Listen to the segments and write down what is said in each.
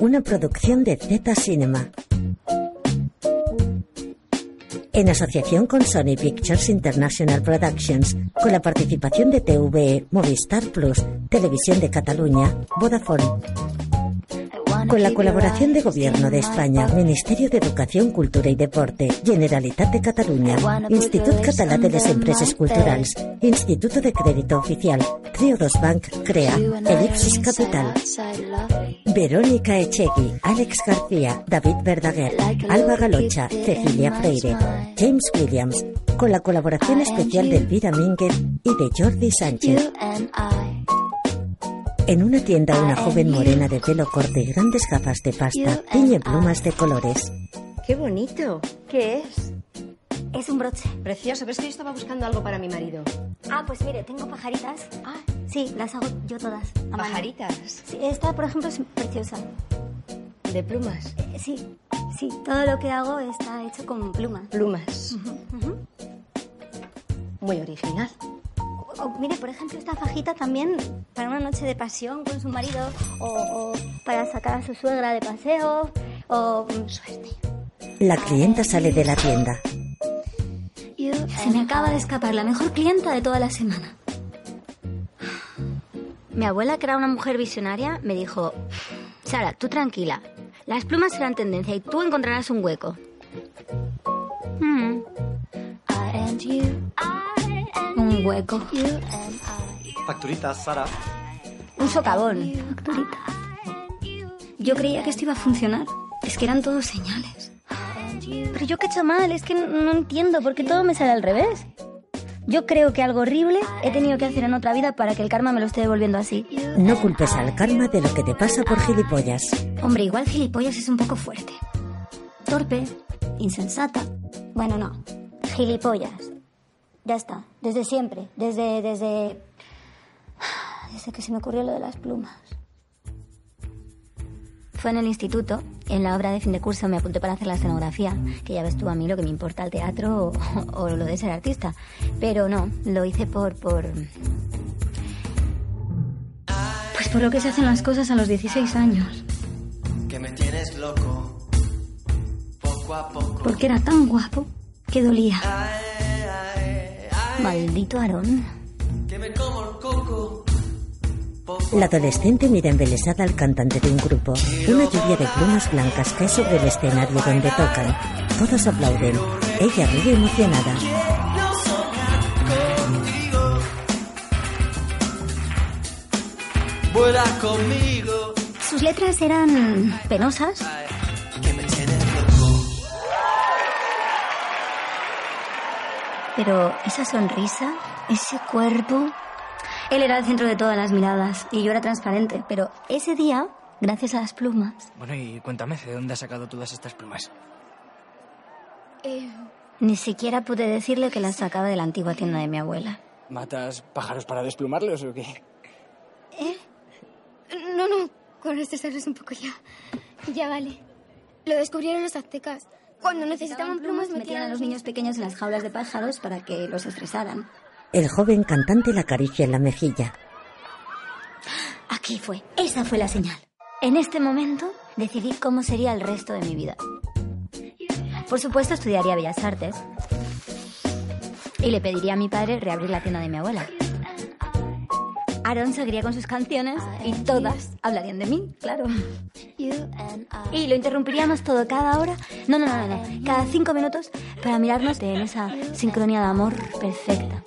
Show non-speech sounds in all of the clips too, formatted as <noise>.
una producción de Z Cinema. En asociación con Sony Pictures International Productions, con la participación de TVE, Movistar Plus, Televisión de Cataluña, Vodafone. Con la colaboración de Gobierno de España, Ministerio de Educación, Cultura y Deporte, Generalitat de Cataluña, Institut Català de les Empreses Culturals, Instituto de Crédito Oficial, Triodos Bank, CREA, Elipsis Capital. Verónica Echegui, Alex García, David Verdaguer, Alba Galocha, Cecilia Freire, James Williams, con la colaboración especial de Elvira Mínguez y de Jordi Sánchez. En una tienda una joven morena de pelo corto y grandes gafas de pasta tiñe plumas de colores. ¡Qué bonito! ¿Qué es? Es un broche. Precioso, ves que yo estaba buscando algo para mi marido. Ah, pues mire, tengo pajaritas. Ah, Sí, las hago yo todas. a mano. pajaritas. Sí, esta, por ejemplo, es preciosa. De plumas. Eh, Sí, sí, todo lo que hago está hecho con pluma. Plumas. Muy original. O- o, mire, por ejemplo, esta fajita también para una noche de pasión con su marido o, o para sacar a su suegra de paseo o... Suerte. La clienta sale de la tienda. Se me acaba de escapar la mejor clienta de toda la semana. Mi abuela, que era una mujer visionaria, me dijo, Sara, tú tranquila, las plumas serán tendencia y tú encontrarás un hueco. Mm, un hueco. Facturitas, Sara. Un socavón. Yo creía que esto iba a funcionar. Es que eran todos señales. Pero yo que he hecho mal, es que no entiendo por qué todo me sale al revés. Yo creo que algo horrible he tenido que hacer en otra vida para que el karma me lo esté devolviendo así. No culpes al karma de lo que te pasa por gilipollas. Hombre, igual gilipollas es un poco fuerte. Torpe, insensata. Bueno, no. Gilipollas. Ya está. Desde siempre. Desde. desde. Desde que se me ocurrió lo de las plumas. Fue en el instituto, en la obra de fin de curso me apunté para hacer la escenografía, que ya ves tú a mí lo que me importa el teatro o, o lo de ser artista. Pero no, lo hice por, por... Pues por lo que se hacen las cosas a los 16 años. Que me tienes loco. Poco a poco. Porque era tan guapo que dolía. Maldito Aarón. Que me como el coco. La adolescente mira embelesada al cantante de un grupo. Una lluvia de plumas blancas cae sobre el escenario donde tocan. Todos aplauden. Ella ríe emocionada. Vuela conmigo. Sus letras eran penosas. Que me tienes loco. Pero esa sonrisa, ese cuerpo... Él era el centro de todas las miradas y yo era transparente, pero ese día, gracias a las plumas, Bueno, y cuéntame, ¿de dónde has sacado todas estas plumas? ni siquiera pude decirle que las sacaba de la antigua tienda de mi abuela. ¿Matas pájaros para desplumarlos o qué? No, no, con esto sabes un poco ya. Ya vale. Lo descubrieron los aztecas. Cuando necesitaban plumas metían a los niños pequeños en las jaulas de pájaros para que los estresaran. El joven cantante la acaricia en la mejilla. Aquí fue, esa fue la señal. En este momento decidí cómo sería el resto de mi vida. Por supuesto estudiaría Bellas Artes y le pediría a mi padre reabrir la tienda de mi abuela. Aaron seguiría con sus canciones y todas hablarían de mí, claro. Y lo interrumpiríamos todo cada hora, no, no, no, no, no, cada cinco minutos para mirarnos en esa sincronía de amor perfecta.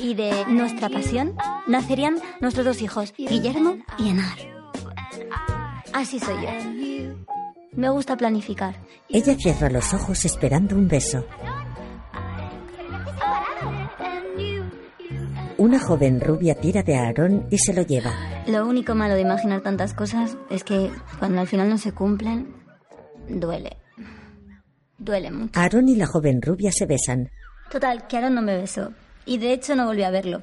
Y de nuestra pasión nacerían nuestros dos hijos, Guillermo y Enar. Así soy yo. Me gusta planificar. Ella cierra los ojos esperando un beso. Una joven rubia tira de Aarón y se lo lleva. Lo único malo de imaginar tantas cosas es que cuando al final no se cumplen, duele. Duele mucho. Aarón y la joven rubia se besan. Total, que Aaron no me besó. Y de hecho no volví a verlo.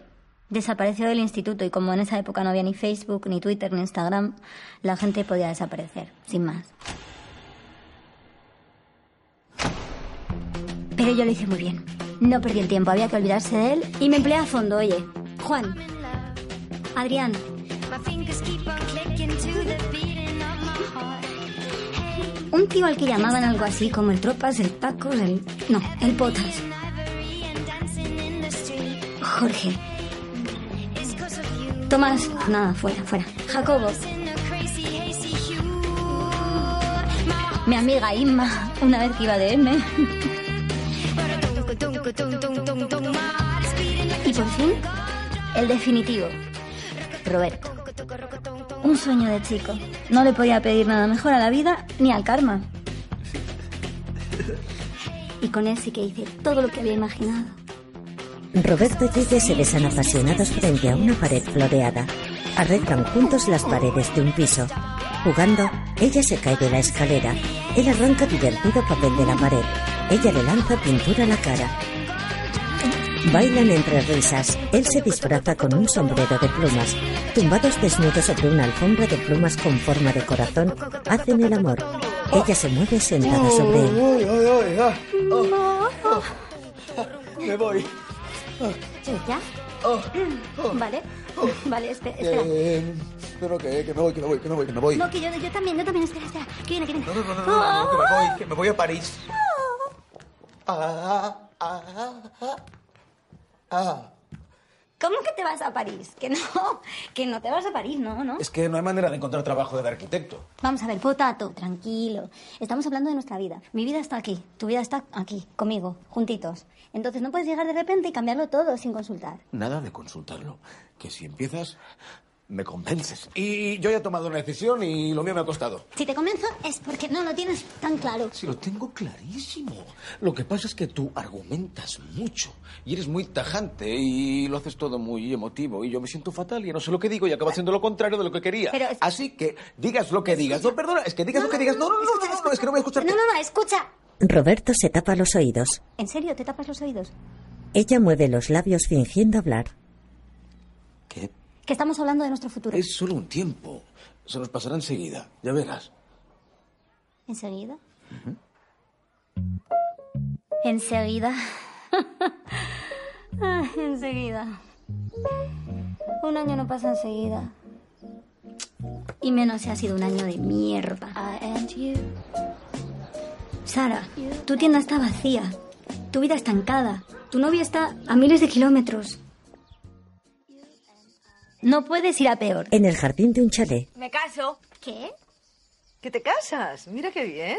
Desapareció del instituto y como en esa época no había ni Facebook, ni Twitter, ni Instagram, la gente podía desaparecer, sin más. Pero yo lo hice muy bien. No perdí el tiempo, había que olvidarse de él y me empleé a fondo, oye. Juan, Adrián, Un tío al que llamaban algo así como el Tropas, el Tacos, el... No, el Potas. Jorge. Tomás. Nada, fuera, fuera. Jacobo. Mi amiga Inma, una vez que iba de M. Y por fin, el definitivo. Roberto. Un sueño de chico. No le podía pedir nada mejor a la vida ni al <laughs> karma. Y con él sí que hice todo lo que había imaginado. Roberto y Tite se besan apasionados frente a una pared floreada. Arreglan juntos las paredes de un piso. Jugando, ella se cae de la escalera. Él arranca divertido papel de la pared. Ella le lanza pintura a la cara. Bailan entre risas. Él se disfraza con un sombrero de plumas. Tumbados desnudos sobre una alfombra de plumas con forma de corazón, hacen el amor. Ella se mueve sentada sobre él. Ah. Me voy. ¿Ya? Vale, vale, espera, Eh, espera. Oh, eh, pero que, que me voy, que me voy, que me voy, que me voy. No, que yo, yo también, yo también, espera, espera. Que viene, Oh. que viene. No, no, no, no, no, no, que me voy, que me voy a París. Ah, ah, ah, ah. ¿Cómo que te vas a París? Que no, que no te vas a París, no, no. Es que no hay manera de encontrar trabajo de arquitecto. Vamos a ver, potato, tranquilo. Estamos hablando de nuestra vida. Mi vida está aquí, tu vida está aquí, conmigo, juntitos. Entonces no puedes llegar de repente y cambiarlo todo sin consultar. Nada de consultarlo. Que si empiezas, me convences. Y yo ya he tomado una decisión y lo mío me ha costado. Si te convenzo es porque no lo tienes tan claro. Si lo tengo clarísimo. Lo que pasa es que tú argumentas mucho y eres muy tajante y lo haces todo muy emotivo y yo me siento fatal y no sé lo que digo y acabo haciendo lo contrario de lo que quería. Pero es- Así que digas lo que digas. No, perdona, es que digas lo que digas. No, no, no, no, no, no, es que no voy a No, escucharte. no, no, escucha. Roberto se tapa los oídos. ¿En serio te tapas los oídos? Ella mueve los labios fingiendo hablar. Que Que estamos hablando de nuestro futuro. es solo un tiempo. Se nos pasará enseguida. Ya verás. ¿Enseguida? Enseguida. <laughs> Ah, enseguida. Un año no pasa enseguida. Y menos si ha sido un año de mierda. Sara, tu tienda está vacía. Tu vida estancada. Tu novio está a miles de kilómetros. No puedes ir a peor. En el jardín de un chalet, Me caso. ¿Qué? Eh. ¿Que te casas? Mira qué bien.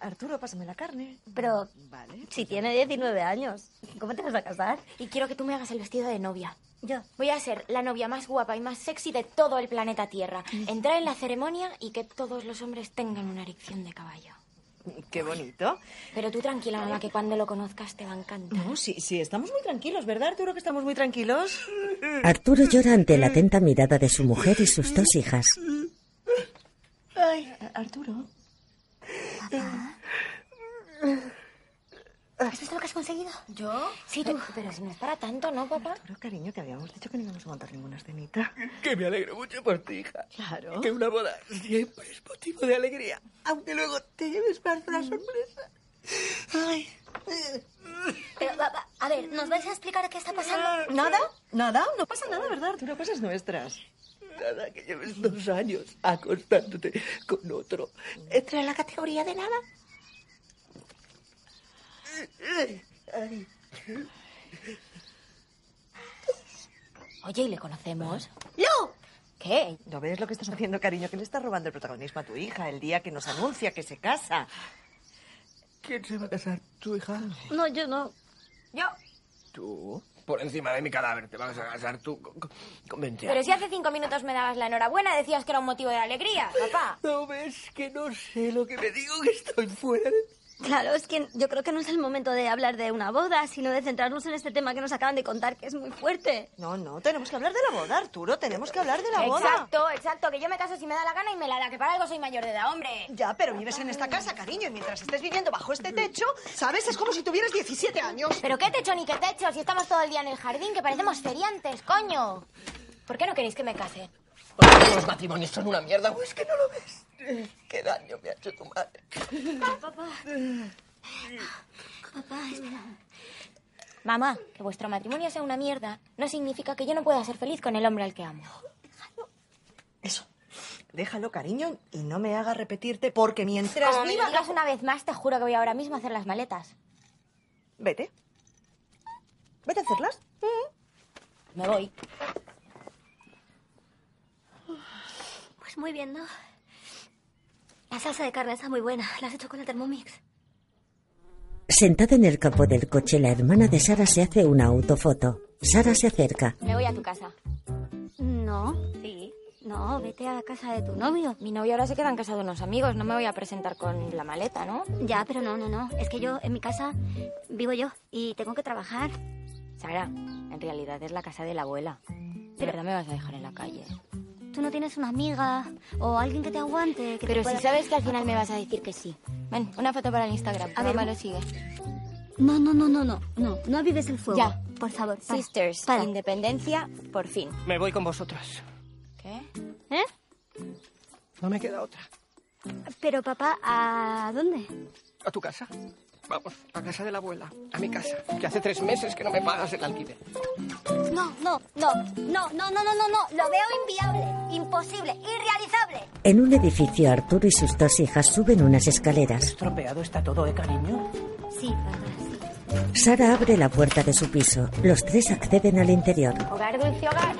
Arturo, pásame la carne. Pero Vale. pues si tiene 19 años, ¿cómo te vas a casar? Y quiero que tú me hagas el vestido de novia. Yo. Voy a ser la novia más guapa y más sexy de todo el planeta Tierra. Entrar en la ceremonia y que todos los hombres tengan una erección de caballo. Qué bonito. Pero tú tranquila, mamá, que cuando lo conozcas te va a encantar. No, sí, sí, estamos muy tranquilos, ¿verdad, Arturo? Que estamos muy tranquilos. Arturo llora ante la atenta mirada de su mujer y sus dos hijas. Eh, Arturo. ¿Has visto lo que has conseguido? Ah. ¿Yo? Sí, tú. Pero si no es para tanto, ¿no, papá? Arturo, cariño, que habíamos dicho que no íbamos a montar ninguna escenita. Que me alegro mucho por ti, hija. Claro. Que una boda siempre es motivo de alegría. Aunque luego te lleves más una sorpresa. Ay. Pero, va- va, a ver, ¿nos vais a explicar qué está pasando? ¿Nada? ¿Nada? No pasa nada, ¿verdad, Arturo? Cosas nuestras. Nada, que lleves dos años acostándote con otro. Entra en la categoría de nada. Oye, ¿y le conocemos? ¡No! ¿Qué? ¿No ves lo que estás haciendo, cariño? Que le estás robando el protagonismo a tu hija el día que nos anuncia que se casa. ¿Quién se va a casar? ¿Tu hija? No, yo no. Yo. Tú. Por encima de mi cadáver te vas a casar tú. Con- con- Convence. Pero si hace cinco minutos me dabas la enhorabuena, decías que era un motivo de alegría, papá. ¿No ves que no sé lo que me digo? Que estoy fuera de... Claro, es que yo creo que no es el momento de hablar de una boda, sino de centrarnos en este tema que nos acaban de contar, que es muy fuerte. No, no, tenemos que hablar de la boda, Arturo. Tenemos que hablar de la boda. Exacto, exacto, que yo me caso si me da la gana y me la da, que para algo soy mayor de edad, hombre. Ya, pero vives en esta casa, cariño, y mientras estés viviendo bajo este techo, ¿sabes? Es como si tuvieras 17 años. Pero qué techo ni qué techo, si estamos todo el día en el jardín, que parecemos feriantes, coño. ¿Por qué no queréis que me case? Los matrimonios son una mierda. Es que no lo ves. Qué daño me ha hecho tu madre. Mamá, que vuestro matrimonio sea una mierda no significa que yo no pueda ser feliz con el hombre al que amo. Eso. Déjalo, cariño, y no me hagas repetirte porque mientras Como me viva... lo digas una vez más, te juro que voy ahora mismo a hacer las maletas. Vete. Vete a hacerlas. Me voy. Pues muy bien, ¿no? La salsa de carne está muy buena. La has hecho con el Thermomix. Sentada en el capó del coche, la hermana de Sara se hace una autofoto. Sara se acerca. Me voy a tu casa. No, Sí. no, vete a casa de tu novio. Mi novio ahora se queda en casa de unos amigos. No me voy a presentar con la maleta, ¿no? Ya, pero no, no, no. Es que yo en mi casa vivo yo y tengo que trabajar. Sara, en realidad es la casa de la abuela. ¿De verdad me vas a dejar en la calle? Tú no tienes una amiga o alguien que te aguante. Que Pero te si pueda- sabes que al final me vas a decir que sí. Ven, una foto para el Instagram. A A ver, ver, un- lo sigue. No, no, no, no, no, no. No avives el fuego. Ya. Por favor, para. Sisters, para. independencia, por fin. Me voy con vosotras. ¿Qué? ¿Eh? No me queda otra. Pero papá, ¿a dónde? ¿A tu casa? Vamos, a casa de la abuela. A mi casa. Que hace tres meses que no me pagas el alquiler. No, no, no, no, no, no, no, no, no. Lo veo inviable, imposible, irrealizable. En un edificio, Arturo y sus dos hijas suben unas escaleras. Estropeado está todo, ¿eh, cariño? Sí, papá, sí. Sara abre la puerta de su piso. Los tres acceden al interior. Hogar, dulce hogar.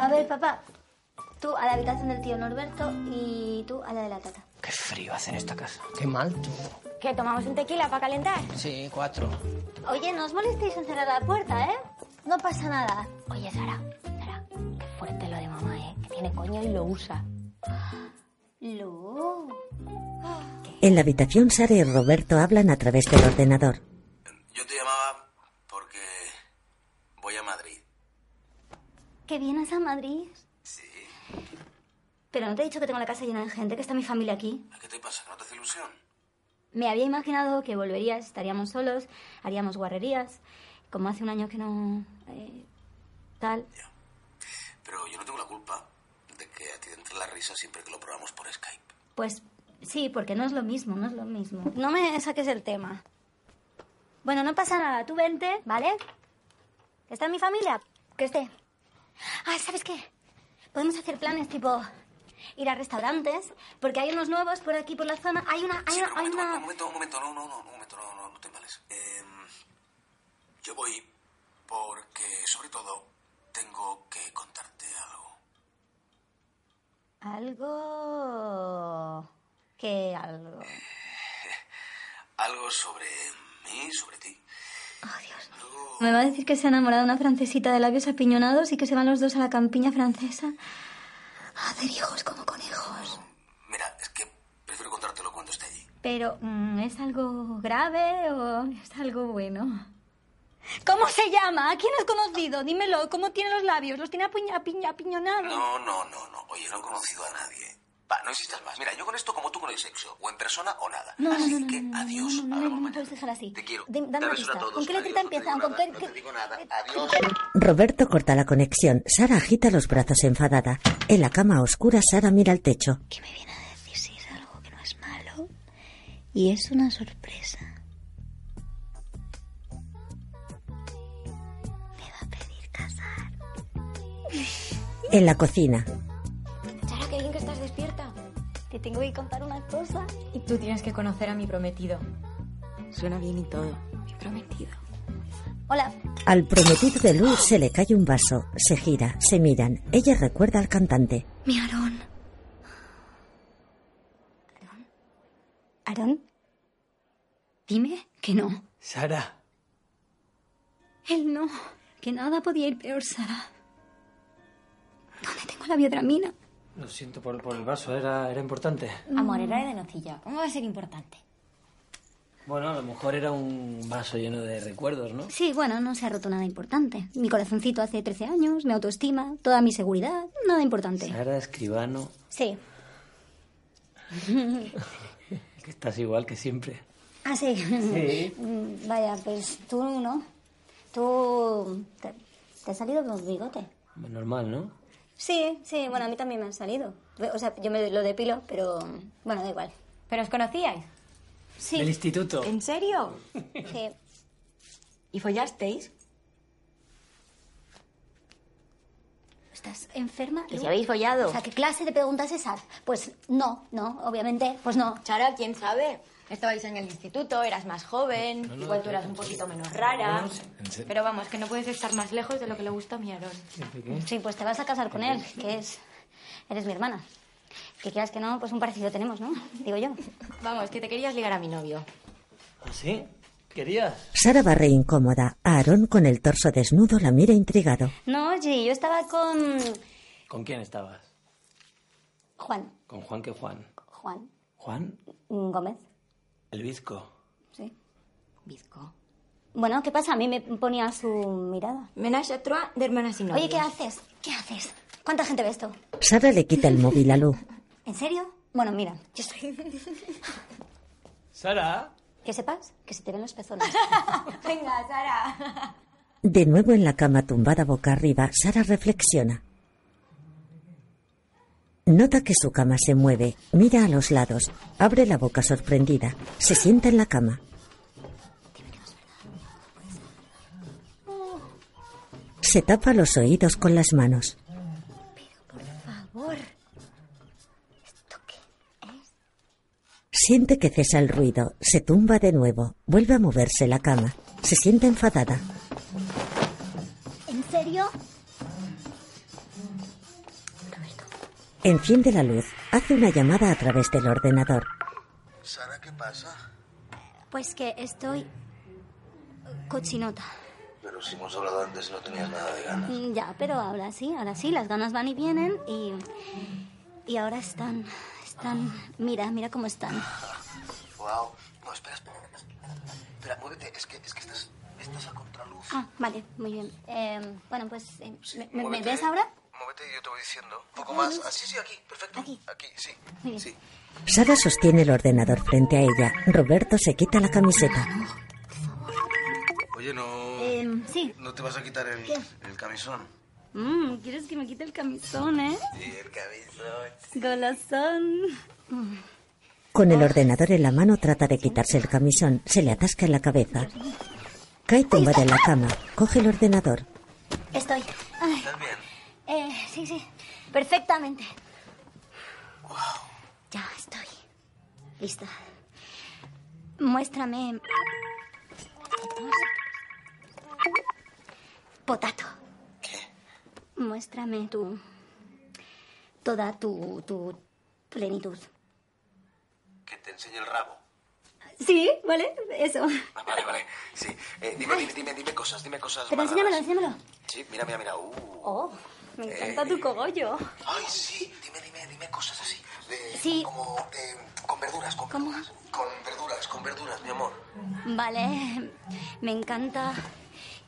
A ver, papá. Tú a la habitación del tío Norberto y tú a la de la tata. Qué frío hace en esta casa. Qué mal tú. ¿Qué, tomamos un tequila para calentar? Sí, cuatro. Oye, no os molestéis en cerrar la puerta, ¿eh? No pasa nada. Oye, Sara, Sara, qué fuerte lo de mamá, ¿eh? Que tiene coño y lo usa. Lu. En la habitación, Sara y Roberto hablan a través del ordenador. Yo te llamaba porque voy a Madrid. ¿Que vienes a Madrid? Sí. Pero no te he dicho que tengo la casa llena de gente, que está mi familia aquí. ¿Qué te pasa? ¿No te hace ilusión? Me había imaginado que volverías, estaríamos solos, haríamos guarrerías. Como hace un año que no... eh, tal. Pero yo no tengo la culpa de que a ti te entre la risa siempre que lo probamos por Skype. Pues sí, porque no es lo mismo, no es lo mismo. No me saques el tema. Bueno, no pasa nada, tú vente, ¿vale? Que está mi familia, que esté. Ah, ¿sabes qué? Podemos hacer planes tipo ir a restaurantes, porque hay unos nuevos por aquí, por la zona. Hay una... Hay Sí, una, pero hay un momento, una- un momento, un momento, no, no, no, un momento, no, no, no te embales. Em, yo voy porque, sobre todo, tengo que contarte algo. Algo... que algo? Algo sobre mí, sobre ti. Me va a decir que se ha enamorado de una francesita de labios apiñonados y que se van los dos a la campiña francesa. A hacer hijos como conejos. Mira, es que prefiero contártelo cuando esté allí. Pero, mm, ¿es algo grave o es algo bueno? ¿Cómo se llama? ¿A quién has conocido? Dímelo, ¿cómo tiene los labios? ¿Los tiene apuña- apiñ- apiñonados? No, no, no, no. Oye, no he conocido a nadie. Va, no existas más. Mira, yo con esto como tú con el sexo. O en persona o nada. No, no, Así no, no, que no, no, adiós. no, no, no, no, no me puedes dejar así. Te quiero. Di- Te dame una beso a pista. todos. ¿Con qué letrita Adiós, empieza? ¿Con qué- Eh, qué- No te digo nada. Adiós. Roberto corta la conexión. Sara agita los brazos enfadada. En la cama oscura, Sara mira al techo. Y es una sorpresa. En la cocina, Sara, qué bien que estás despierta. Te tengo que contar una cosa. Y tú tienes que conocer a mi prometido. Suena bien y todo. Mi prometido. Hola. al prometido de Luz se le cae un vaso. Se gira, se miran. Ella recuerda al cantante. Mi Aarón. ¿Aarón? ¿Aarón? Dime que no. Sara. Él no. Que nada podía ir peor, Sara. ¿Dónde tengo la biodramina? Lo siento por, por el vaso, era, era importante. Amor, era de nocilla. ¿Cómo va a ser importante? Bueno, a lo mejor era un vaso lleno de recuerdos, ¿no? Sí, bueno, no se ha roto nada importante. Mi corazoncito hace 13 años, mi autoestima, toda mi seguridad, nada importante. Sara Escribano, Sí. <laughs> que estás igual que siempre. ah, sí. Sí. Mm, <laughs> Vaya, pues tú no. Tú... Te, te ha salido por bigote. Normal, ¿no? Sí, sí, bueno, a mí también me han salido. O sea, yo me lo depilo, pero bueno, da igual. ¿Pero os conocíais? Sí. Del instituto. ¿En serio? Sí. ¿Y follasteis? ¿Estás enferma? ¿Que si habéis follado? O sea, ¿qué clase de preguntas es esa? Pues no, no, obviamente, pues no. Chara, quién sabe. Estabais en el instituto, eras más joven, No, no, igual tú no, eras un poquito menos rara. no, no, en serio. Pero vamos, que no puedes estar más lejos de lo que le gusta a mi Aarón. ¿Eh? Sí, pues te vas a casar con él, que es... Eres mi hermana. Que quieras que no, pues un parecido tenemos, ¿no? Digo yo. Vamos, que te querías ligar a mi novio. ¿Ah, sí? ¿Querías? Sara barre incómoda. Aaron, con el torso desnudo, la mira intrigado. No, oye, yo estaba con... ¿Con quién estabas? Juan. ¿Con Juan que Juan? Juan ¿Juan? Gómez, El bizco. sí. Vizco. Bueno, ¿qué pasa? A mí me ponía su mirada. Menage a trois de hermanas y Oye, ¿qué haces? ¿Qué haces? ¿Cuánta gente ve esto? Sara le quita el móvil a Lu. ¿En serio? Bueno, mira, yo soy... ¿Sara? Que sepas que se te ven los pezones. Venga, Sara. De nuevo en la cama tumbada boca arriba, Sara reflexiona. Nota que su cama se mueve, mira a los lados, abre la boca sorprendida, se sienta en la cama. Se tapa los oídos con las manos. favor. Siente que cesa el ruido, se tumba de nuevo, vuelve a moverse la cama, se siente enfadada. ¿En serio? Enciende la luz, hace una llamada a través del ordenador. Sara, ¿qué pasa? Pues que estoy... Cochinota. Pero si hemos hablado antes no tenías nada de ganas. Mm, Ya, pero ahora sí, ahora sí, las ganas van y vienen y... Y ahora están... Están... Mira, mira cómo están. Wow. No, espera, espera. Espera, muévete. Es que, es que estás, estás a contraluz. Ah, vale, muy bien. Eh, bueno, pues... eh, ¿me- ¿me, me Muévete, ves ahora? Muévete y yo te voy diciendo. Un poco más. Así, sí, aquí. Perfecto. Aquí, sí. Sí. Sara sostiene el ordenador frente a ella. Roberto se quita la camiseta. Oye, no... Em, sí. ¿No te vas a quitar el, ¿Qué? el camisón? Mm, ¿Quieres que me quite el camisón, eh? Sí, el camisón. Golosón. Mm. Con el ordenador en la mano trata de quitarse el camisón, se le atasca en la cabeza. Cae tumbada en la cama, coge el ordenador. Estoy. ¿Estás bien? Eh, sí, sí. Perfectamente. Ya estoy. Lista. Muéstrame. Potato. ¿Qué? Muéstrame tu. Toda tu. tu plenitud. Que te enseñe el rabo. Sí, ¿vale? Eso. Ah, vale, vale. Sí. Eh, dime, dime, dime, dime cosas, dime cosas Pero malas. enséñamelo, enséñamelo. Sí, mira, mira, mira. Uh. Oh, me encanta tu cogollo. Ay, sí. Dime, dime, dime cosas así. De- Sí. Como eh, con verduras, con ¿Cómo? verduras. Con verduras, con verduras, mi amor. Vale, me encanta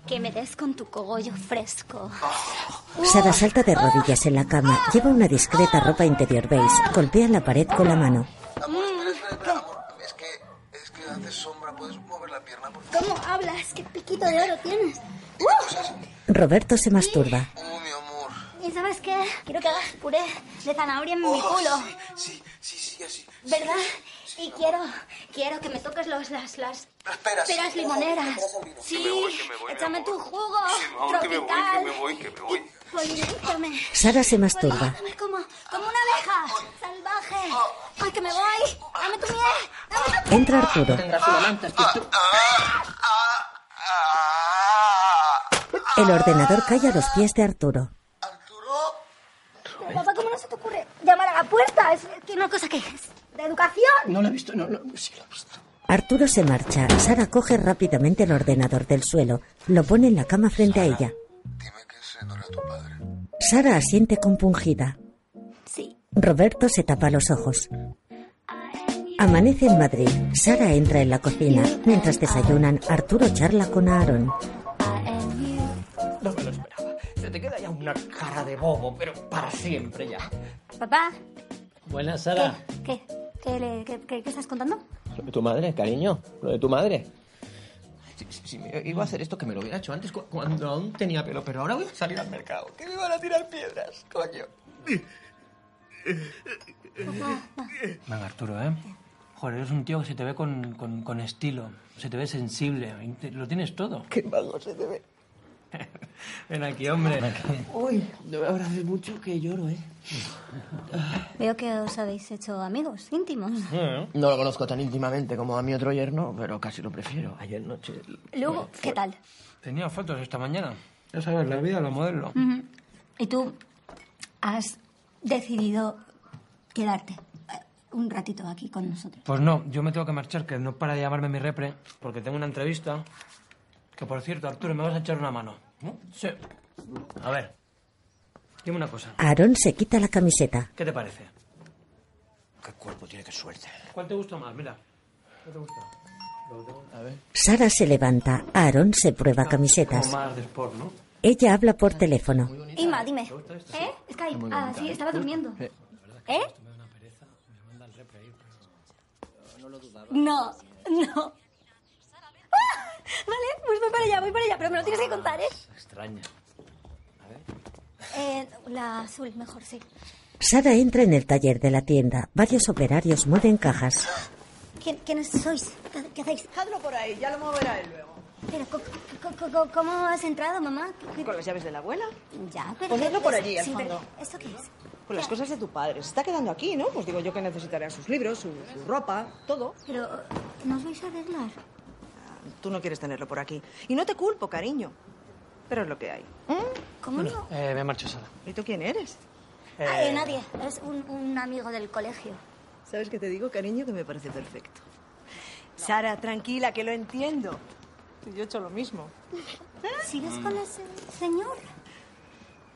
que me des con tu cogollo fresco. Oh. Oh, Sara salta de rodillas en la cama, lleva una discreta ropa interior beige, golpea la pared con la mano. Amor, espera, espera, espera, amor. Es que, es que haces sombra. ¿Puedes mover la pierna, por favor? ¿Cómo hablas? ¿Qué piquito de oro tienes? Dime cosas. Roberto se masturba. Oh, mi amor. ¿Y sabes qué? Quiero que hagas puré de zanahoria en mi Oh, culo, Sí, sí, sí, sí, así. ¿verdad? Y quiero, quiero que me toques los, las, las Esperas. peras limoneras. Que Sí, me voy, que me voy, mi échame tu jugo amor, que me voy, que tropical. me voy, que me voy. Polilízame. Sara se masturba. Polilízame Pues, ah, como, como una abeja salvaje. ¡Ay, que me voy! ¡Dame tu miel! Entra Arturo. El ordenador cae a los pies de Arturo. Papá, ¿cómo no se te ocurre llamar a la puerta? Es que una cosa que es de educación. No lo he visto, no, no, sí lo he visto. Arturo se marcha. Sara coge rápidamente el ordenador del suelo, lo pone en la cama frente a ella. Sara asiente compungida. Sí. Roberto se tapa los ojos. Amanece en Madrid. Sara entra en la cocina. Mientras desayunan, Arturo charla con Aaron. No me lo esperaba. Se te queda ya una cara de bobo, pero para siempre ya. Papá, Buenas, Sara. ¿qué? ¿Qué, le- qué- qué- qué estás contando? Lo de tu madre, cariño. Lo de tu madre. Si, si- si me iba a hacer esto, que me lo hubiera hecho antes cu- cuando aún tenía pelo, pero ahora voy a salir al mercado. Que me van a tirar piedras, coño. Venga, Arturo, ¿eh? Joder, eres un tío que se te ve con, con- con estilo, se te ve sensible, inte- lo tienes todo. <laughs> Qué vago se te ve. Ven aquí, hombre. Uy, ahora hace mucho que lloro, ¿eh? Veo que os habéis hecho amigos íntimos. No lo conozco tan íntimamente como a mi otro yerno, pero casi lo prefiero. Ayer noche... Luego, ¿qué tal? Tenía fotos esta mañana. Ya sabes, la vida, la modelo. Ujú. ¿Y tú has decidido quedarte eh, un ratito aquí con nosotros? Pues no, yo me tengo que marchar, que no para de llamarme mi repre, porque tengo una entrevista. Que por cierto, Arturo, me vas a echar una mano. Sí. A ver. Dime una cosa. Aaron se quita la camiseta. ¿Qué te parece? Qué cuerpo tiene, qué suerte. ¿Cuál te gusta más? Mira. ¿Qué te gusta? A ver. Sara se levanta. Aaron se prueba camisetas. Como más de sport, ¿no? Ella habla por teléfono. Ima, dime. ¿Eh? Skype. Ah, sí, estaba durmiendo. ¿Eh? pues. No, no. ¡Ah! Vale, pues voy para allá, voy para allá, pero me lo tienes que contar, ¿eh? Extraña. Eh, la azul, mejor, sí. Sara entra en el taller de la tienda. Varios operarios mueven cajas. ¿Quién- ¿Quiénes sois? ¿Qué- ¿Qué hacéis? Hazlo por ahí, ya lo moverá él luego. Pero, co- co- co- co- ¿cómo has entrado, mamá? ¿Con las llaves de la abuela? Ya, pero... Pues hazlo por allí, al Sí, pero- fondo. ¿Esto qué es? Con las cosas de tu padre. Se está quedando aquí, ¿no? Pues digo yo que necesitará sus libros, su, su ropa, todo. Pero, ¿nos vais a arreglar? Tú no quieres tenerlo por aquí. Y no te culpo, cariño. Pero es lo que hay. ¿Cómo no? Eh, me marcho, Sara. ¿Y tú quién eres? Ah, eh, nadie, es un, un amigo del colegio. ¿Sabes qué te digo, cariño? Que me parece perfecto. Sara, tranquila, que lo entiendo. Yo he hecho lo mismo. Mm. ¿Sigues con ese señor?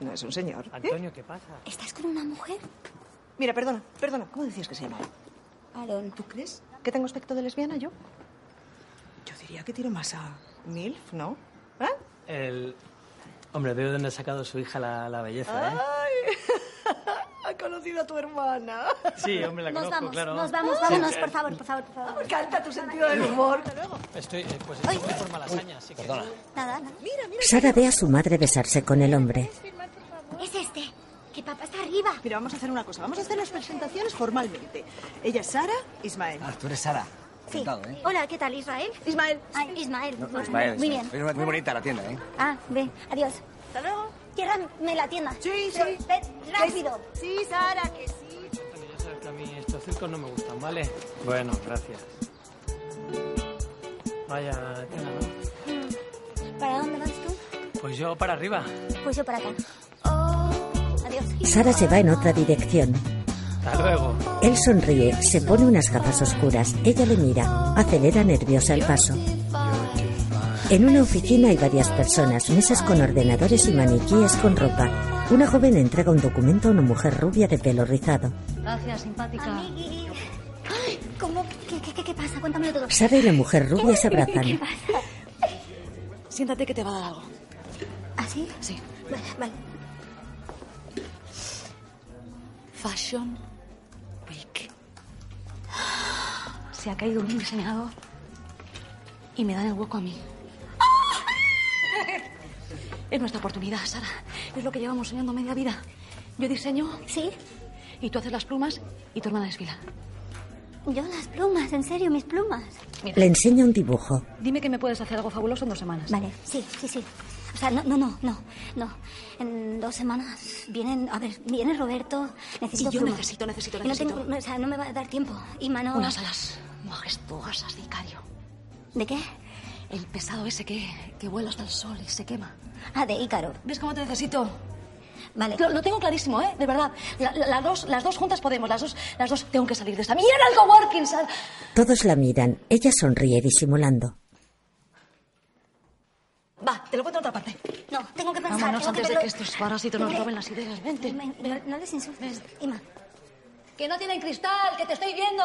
No es un señor. Antonio, ¿qué pasa? ¿Estás con una mujer? Mira, perdona, perdona. ¿Cómo decías que se llamaba? Aaron. ¿Tú crees que tengo aspecto de lesbiana yo? Yo diría que tiro más a MILF, ¿no? El... Hombre, veo dónde ha sacado su hija la, la belleza, ¿eh? Ah. Ha conocido a tu <laughs> hermana. Sí, hombre, la Nos conozco, vamos, claro. nos vamos, Sí. vámonos, por favor, por favor, por favor. Canta tu sentido del humor. Estoy, eh, pues estoy por malasaña, así que... Perdona. Nada, nada. Mira, mira. Sara ve a su madre besarse con el hombre. Es este. Que papá está arriba. Mira, vamos a hacer una cosa. Vamos a hacer las presentaciones formalmente. Ella es Sara, Ismael. Ah, Tú eres Sara. Sí. Hola, ¿qué tal, Israel? Ismael. Ay, Ismael. No, Ismael, Muy Ismael. bien. Es muy bonita la tienda, ¿eh? Ah, ve, adiós. Hasta luego. Ciérrame la tienda. Sí, sí. Ve, rápido. Sí, Sara, que sí. Ya sabes que a mí estos circos no me gustan, ¿vale? Bueno, gracias. Vaya, tela, ¿no? ¿Para dónde vas tú? Pues yo para arriba. Pues yo para acá. Oh. Adiós. Sara se va en otra dirección. Hasta luego. Él sonríe, se pone unas gafas oscuras. Ella le mira, acelera nerviosa el paso. En una oficina hay varias personas, mesas con ordenadores y maniquíes con ropa. Una joven entrega un documento a una mujer rubia de pelo rizado. Gracias, simpática. Ay, ¿cómo? ¿Qué, qué, qué, qué pasa? Cuéntamelo todo. Sara y la mujer rubia se abrazan. Siéntate que te va a dar algo. ¿Ah, ¿Así? Sí. Vale, vale. Fashion Week. Se ha caído un diseñador y me dan el hueco a <laughs> mí. Es nuestra oportunidad, Sara. Es lo que llevamos soñando media vida. Yo diseño. Sí. Y tú haces las plumas y tu hermana desfila. Yo las plumas, en serio, mis plumas. Le enseña un dibujo. Dime que me puedes hacer algo fabuloso en dos semanas. Vale, sí, sí, sí. O sea, no, no, no, no, no. En dos semanas vienen, a ver, viene Roberto, necesito Y yo plumas. necesito, necesito, Y necesito. No tengo, no, o sea, no me va a dar tiempo. Y mano... Unas alas majestuosas de Icario. ¿De qué? El pesado ese que, que vuela hasta el sol y se quema. Ah, de Ícaro. ¿Ves cómo te necesito? Vale. Lo, lo tengo clarísimo, ¿eh? De verdad. La- la- las dos, las dos juntas podemos, las dos, las dos. Tengo que salir de esta mierda al coworking, Sara. Todos la miran, ella sonríe disimulando. Va, te lo cuento en otra parte. No, tengo que pensar. Vámonos tengo que antes de verlo. que estos parásitos nos Vente. roben las ideas. Vente. Me- no, no les insultes, Ima. Que no tienen cristal, que te estoy viendo.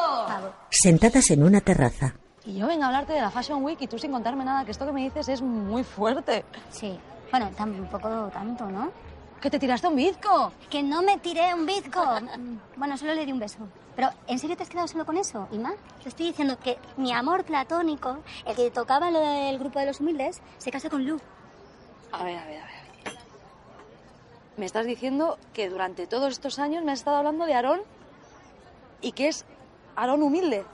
Sentadas en una terraza. Y yo vengo a hablarte de la Fashion Week y tú sin contarme nada, que esto que me dices es muy fuerte. Sí. Bueno, tampoco tanto, ¿no? Que te tiraste un bizco. Que no me tiré un bizco. Mm, bueno, solo le di un beso. Pero, ¿en serio te has quedado solo con eso, Ima? Te estoy diciendo que mi amor platónico, el que tocaba lo del grupo de los humildes, se casa con Lu. A ver, a ver, a ver. Me estás diciendo que durante todos estos años me has estado hablando de Aarón y que es Aarón humilde.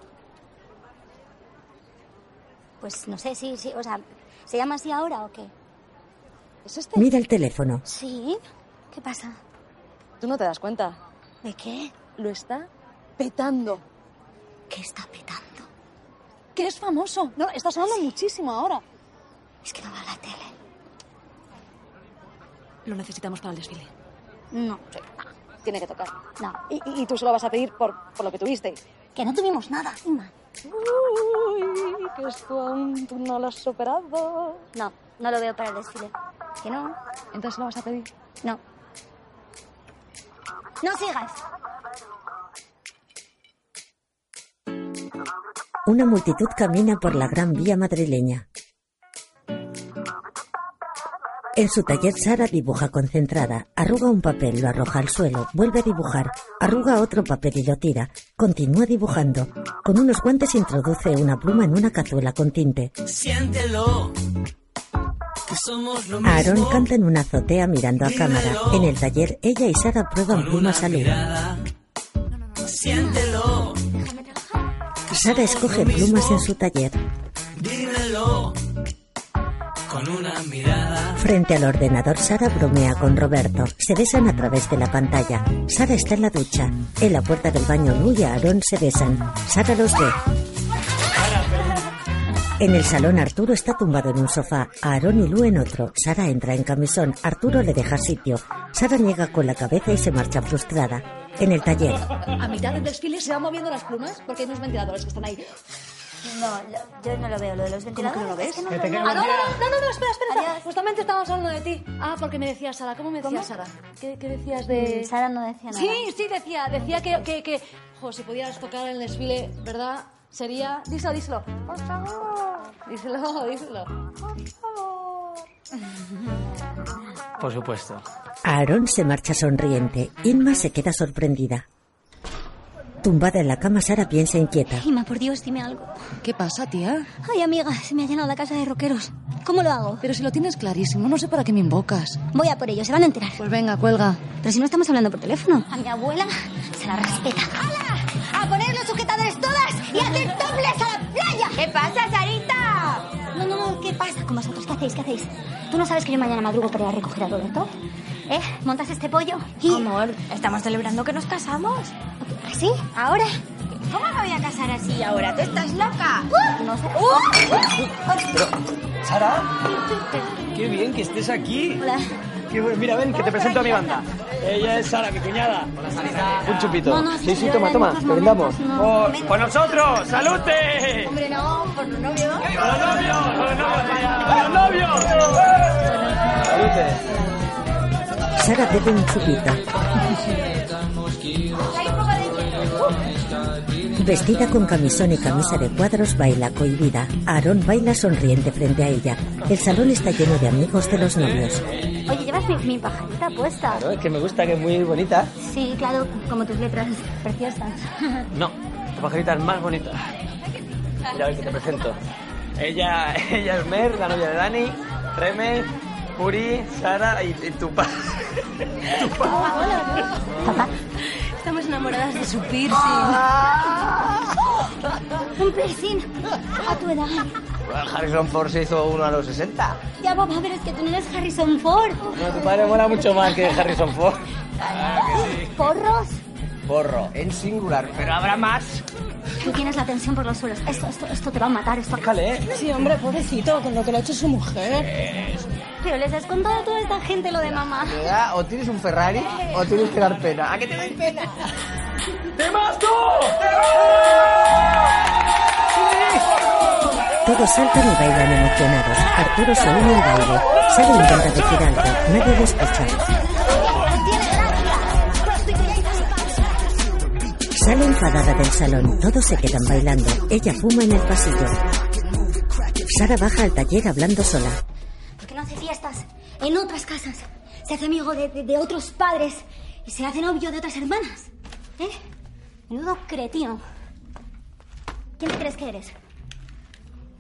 Pues no sé, sí, sí. O sea, ¿se llama así ahora o qué? ¿Es este? Mira el teléfono. Sí. ¿Qué pasa? Tú no te das cuenta. ¿De qué? Lo está petando. ¿Qué está petando? Que es famoso. No, está sonando muchísimo ahora. Es que no va a la tele. Lo necesitamos para el desfile. No. Tiene que tocar. No. Y, y- y tú solo vas a pedir por, por lo que tuvisteis. Que no tuvimos nada, Ima. Uy, que esto aún tú no lo has superado. No, no lo veo para el desfile. Que no. Entonces lo vas a pedir. No. No sigas. Una multitud camina por la gran vía madrileña. En su taller Sara dibuja concentrada, arruga un papel, lo arroja al suelo, vuelve a dibujar, arruga otro papel y lo tira, continúa dibujando, con unos guantes introduce una pluma en una cazuela con tinte. Siéntelo. Que somos lo mismo. Aaron canta en una azotea mirando a cámara. En el taller ella y Sara prueban plumas al humo. Siéntelo. Sara escoge plumas en su taller. Dímelo. Con una mirada. Frente al ordenador, Sara bromea con Roberto. Se besan a través de la pantalla. Sara está en la ducha. En la puerta del baño, Lu y Aaron se besan. Sara los ve. En el salón, Arturo está tumbado en un sofá. Aaron y Lu en otro. Sara entra en camisón. Arturo le deja sitio. Sara niega con la cabeza y se marcha frustrada. En el taller, A mitad del desfile se van moviendo las plumas porque hay unos ventiladores que están ahí. No, lo- yo no lo veo, lo de los ¿Cómo que no lo ventiladores. ves? es que no Ah, lo no, veo. no, no, no, no, no, espera, espera. espera. Justamente estábamos hablando de ti. Ah, porque me decía Sara. ¿Cómo me decía Sara? ¿Qué, qué decías de...? Mm, Sara no decía nada. Sí, sí, decía. Decía que, que, que... Jo, si pudieras tocar en el desfile, ¿verdad? Sería... Ah, Díselo, díselo. Por favor. Díselo, díselo. Por favor. Por supuesto. Aaron se marcha sonriente. Inma se queda sorprendida. Tumbada en la cama, Sara piensa inquieta. Ima, por Dios, dime algo. ¿Qué pasa, tía? Ay, amiga, se me ha llenado la casa de roqueros. ¿Cómo lo hago? Pero si lo tienes clarísimo, no sé para qué me invocas. Voy a por ello, se van a enterar. Pues venga, cuelga. Pero si no estamos hablando por teléfono. A mi abuela se la respeta. ¡Hala! ¡A poner los sujetadores todas y a hacer topless a la playa! ¿Qué pasa, Sarita? No, no, no, ¿qué pasa con vosotros? ¿Qué hacéis? ¿Qué hacéis? ¿Tú no sabes que yo mañana madrugo para ir a recoger a Roberto? ¿Eh? ¿Montas este pollo? Y... Amor, estamos celebrando que nos casamos. ¿Así? ¿Ahora? ¿Cómo me voy a casar así ahora? ¿Tú estás loca? No sé. ¿Sara? Qué bien que estés aquí. Hola. Qué bueno. Mira, ven, que te presento a mi banda. Ella es Sara, mi cuñada. Hola, Sarita. Un chupito. No, no, sí, sí, no, toma, no, toma. no, no, Brindamos. no, no, no. Por, por nosotros. ¡Salute! Hombre, no, por los novios. ¡Los novios! ¡Salute! Sara bebe un chupito. Vestida con camisón y camisa de cuadros, baila cohibida. Aaron baila sonriente frente a ella. El salón está lleno de amigos de los novios. Oye, llevas mi, mi pajarita puesta. Claro, es que me gusta, que es muy bonita. Sí, claro, como tus letras preciosas. No, tu pajarita es más bonita. Mira, a ver que te presento. Ella, <laughs> ella es Mer, la novia de Dani, Reme, Puri, Sara y, y <laughs> tu padre. Estamos enamoradas de su piercing. <laughs> Un piercing a tu edad. Harrison Ford se hizo uno a los 60. Ya, papá, pero es que tú no eres Harrison Ford. No, tu padre mola mucho más que Harrison Ford. Porros. Borro, en singular, pero habrá más. Tú tienes la tensión por los suelos. Esto, esto, esto te va a matar. Esto. Sí, hombre, pobrecito, con lo que le ha hecho su mujer. Pero les has contado a toda esta gente lo de mamá. ¿Verdad? O tienes un Ferrari o tienes que dar pena. ¿A qué te doy pena? ¡Temazo! Todos saltan y bailan emocionados. Arturo se une al baile. Sara intenta decir algo. Nadie le escucha. Sale enfadada del salón. Todos se quedan bailando. Ella fuma en el pasillo. Sara baja al taller hablando sola. ¿Por qué no hace fiestas en otras casas? Se hace amigo de, de- de otros padres y se hace novio de otras hermanas. ¿Eh? Menudo cretino. ¿Quién te crees que eres?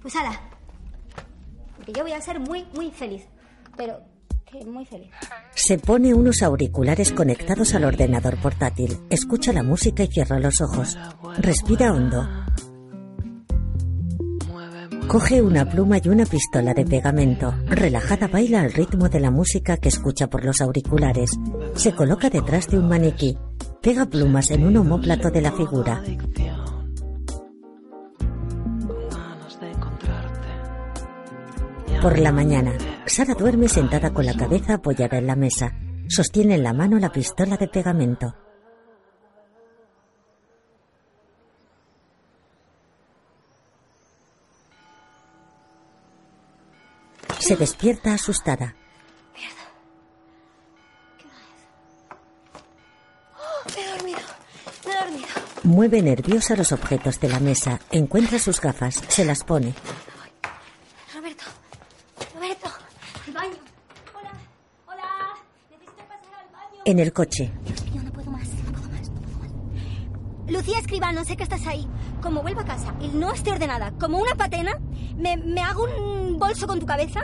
Pues ala. Porque yo voy a ser muy, muy feliz. Pero, que muy feliz. Se pone unos auriculares conectados al ordenador portátil. Escucha la música y cierra los ojos. Respira hondo. Coge una pluma y una pistola de pegamento. Relajada baila al ritmo de la música que escucha por los auriculares. Se coloca detrás de un maniquí. Pega plumas en un homóplato de la figura. Por la mañana, Sara duerme sentada con la cabeza apoyada en la mesa. Sostiene en la mano la pistola de pegamento. Se despierta asustada. Oh, Me he dormido. Me he dormido. Mueve nerviosa los objetos de la mesa. Encuentra sus gafas. Se las pone. Roberto. Roberto. Al baño. Hola. Hola. Necesito pasar al baño. En el coche. Yo no puedo más. No puedo más. No puedo más. Lucía Escribano, sé que estás ahí. Como vuelva a casa y no esté ordenada, como una patena, me, me hago un bolso con tu cabeza.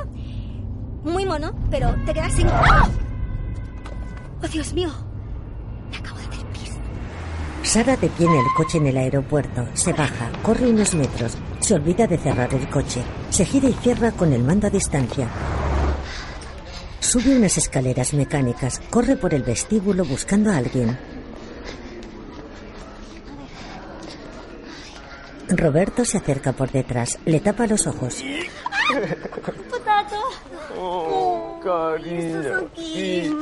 Muy mono, pero te quedas sin. ¡Ah! ¡Oh, Dios mío! Sara detiene el coche en el aeropuerto, se baja, corre unos metros, se olvida de cerrar el coche, se gira y cierra con el mando a distancia. Sube unas escaleras mecánicas, corre por el vestíbulo buscando a alguien. Roberto se acerca por detrás, le tapa los ojos. ¡Potato! Oh, estás cariño. aquí. Sí.